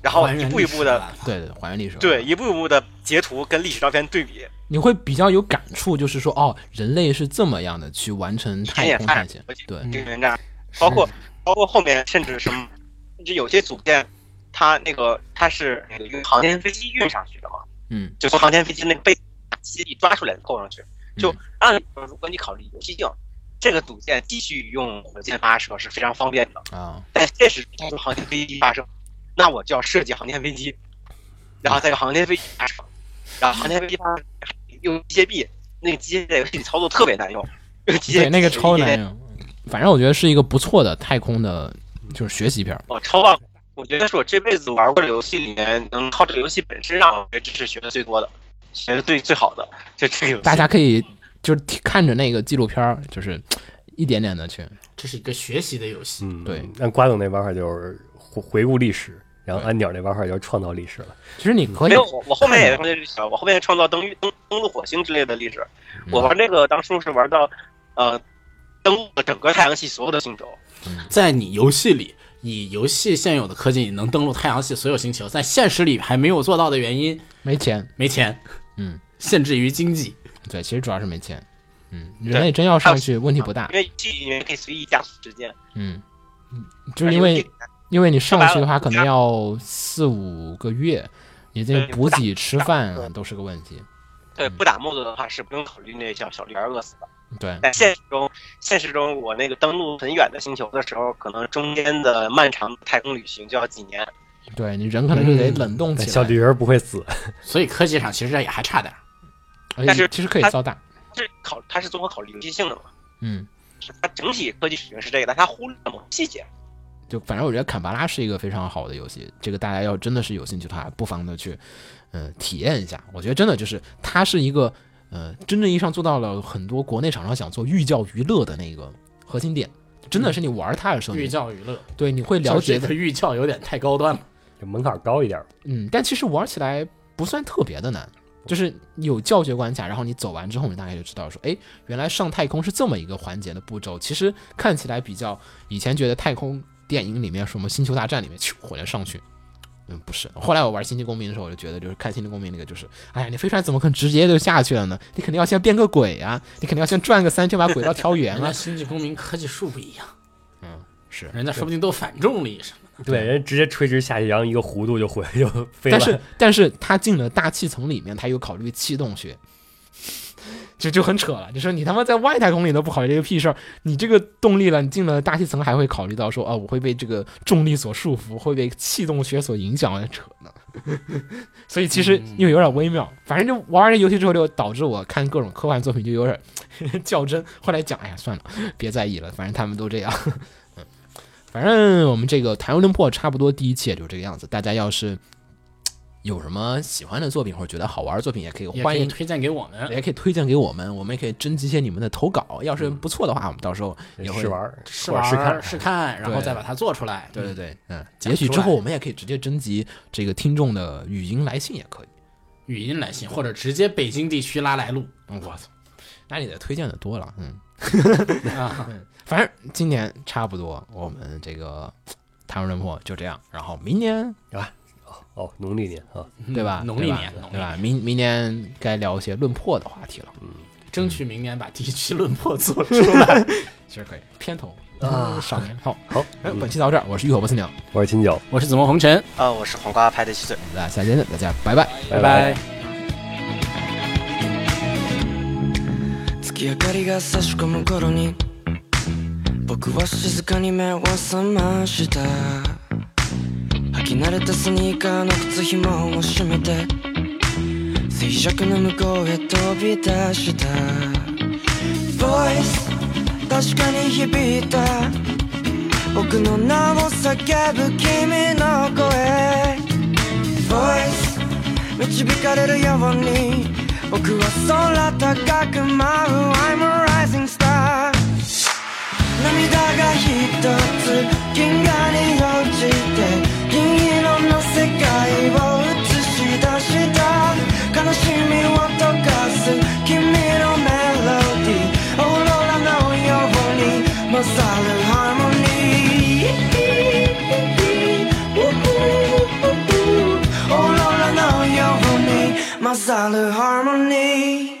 然后一步一步啊的，，对对，还原历史，啊对，一步一步的截图跟历史照片对比，你会比较有感触，就是说哦，人类是这么样的去完成太空探险我觉，对，定元站，包括包括后面甚至什么，甚至有些组件，它那个它是那个用航天飞机运上去的嘛，嗯就从航天飞机那个被基地抓出来扣上去。就嗯按理说，如果你考虑游戏性，这个组件继续用火箭发射是非常方便的，啊，但现实哎中用航天飞机发射，那我就要设计航天飞机，然后再用航天飞机发射，然后航天飞机发射用机械臂，那个机械在游戏里操作特别难用，用机械对，那个超用。难用。反正我觉得是一个不错的太空的，就是学习片儿。我哦超棒！我觉得是我这辈子玩过的游戏里面，能靠这个游戏本身让我觉得这是学的最多的，学的最最好的，就这个游戏。大家可以就是听看着那个纪录片儿，就是一点点的去，这是一个学习的游戏，嗯，对。按瓜总那玩法就是回回顾历史，然后按鸟那玩法就是创造历史了。其实你可以没有，我我后面也创建历史，我后面创造登月登登陆火星之类的历史。嗯我玩这个当初是玩到，呃，登陆了整个太阳系所有的星球。在你游戏里。以游戏现有的科技，你能登陆太阳系所有星球，在现实里还没有做到的原因，没钱，没钱，嗯，限制于经济。对，其实主要是没钱。嗯，人类真要上去问题不大因，为这里面可以随意加速时间，嗯，就是因为因为你上去的话可能要四五个月，你这对补给、吃饭嗯啊都是个问题。对嗯不打 mod 的话是不用考虑那小小绿人饿死的。对，在现实中，现实中我那个登陆很远的星球的时候，可能中间的漫长的太空旅行就要几年。对你人可能就得冷冻但起嗯小来，绿人不会死， 所以科技上其实也还差点儿。而且但你是其实可以它造大。这考它是综合考虑游戏性的嘛，嗯，是它整体科技水平是这个，但它忽略了某些细节。就反正我觉得坎巴拉是一个非常好的游戏，这个大家要真的是有兴趣的话，不妨的去，呃，体验一下。我觉得真的就是它是一个，呃，真正意义上做到了很多国内厂商想做寓教于乐的那个核心点。真的是你玩它的时候，寓你教于乐，对你会了解这的个，寓教有点太高端了。就门槛高一点。嗯，但其实玩起来不算特别的难，就是有教学关卡，然后你走完之后，你大概就知道说，哎，原来上太空是这么一个环节的步骤。其实看起来比较以前觉得太空电影里面什么《星球大战》里面咻火箭上去，嗯，不是。后来我玩《星际公民》的时候，我就觉得就是看《星际公民》那个就是，哎呀，你飞船怎么可能直接就下去了呢？你肯定要先变个轨啊，你肯定要先转个三圈把轨道调圆人家啊。 星际公民科技树不一样，嗯，是。人家说不定都反重力什么。对，人直接垂直下去，然后一个弧度就回 就飞但了。是但是它进了大气层里面，它有考虑气动学， 就就很扯了。就说你他妈在外太空里都不考虑这个屁事儿，你这个动力了，你进了大气层还会考虑到说啊，我会被这个重力所束缚，会被气动学所影响，扯呢。 所以其实嗯又有点微妙。反正就玩完这游戏之后，就导致我看各种科幻作品就有点 较真。后来讲，哎呀，算了，别在意了，反正他们都这样。 嗯，反正我们这个《台湾论破》差不多第一期也就这个样子。大家要是有什么喜欢的作品或者觉得好玩的作品，也可以也可欢以迎推荐给我们。也可以推荐给我们，我们也可以征集一些你们的投稿。要是不错的话，我们到时候也会试玩儿，试或者玩试看儿，试看，然后对再把它做出来。对对对，嗯，讲也许出之后来我们也可以直接征集这个听众的语音来信也可以。语音来信或者直接北京地区拉来录嗯我操，那你的推荐的多了，嗯，啊，反正今年差不多，我们这个谈论破就这样，然后明年哦，农历年啊，对吧？嗯农对历吧年农历对吧？明明年该聊一些论破的话题了，争取明年把地区论破做出 来。其实可以片头啊上嗯年好，好，哎本期到这儿，我是浴火不死鸟，我是金九，我是紫梦红尘，啊，我是黄瓜派的七岁。我们大家下期再见，大家拜拜。拜拜。月明かりが差し込む頃に僕は静かに目を覚ました履き慣れたスニーカーの靴紐を締めて静寂の向こうへ飛び出した Voice 確かに響いた僕の名を叫ぶ君の声 Voice 導かれるように僕は空高く舞う I'm a rising star 涙が一つ銀河に落ちて銀色の世界を映し出した悲しみを溶かす君のメロディーオーロラのように勝るハーモニーオーロラのように勝るハーモニー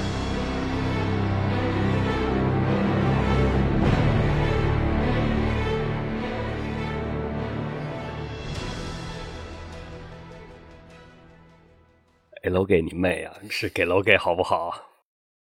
给楼给你妹啊，是给楼给好不好？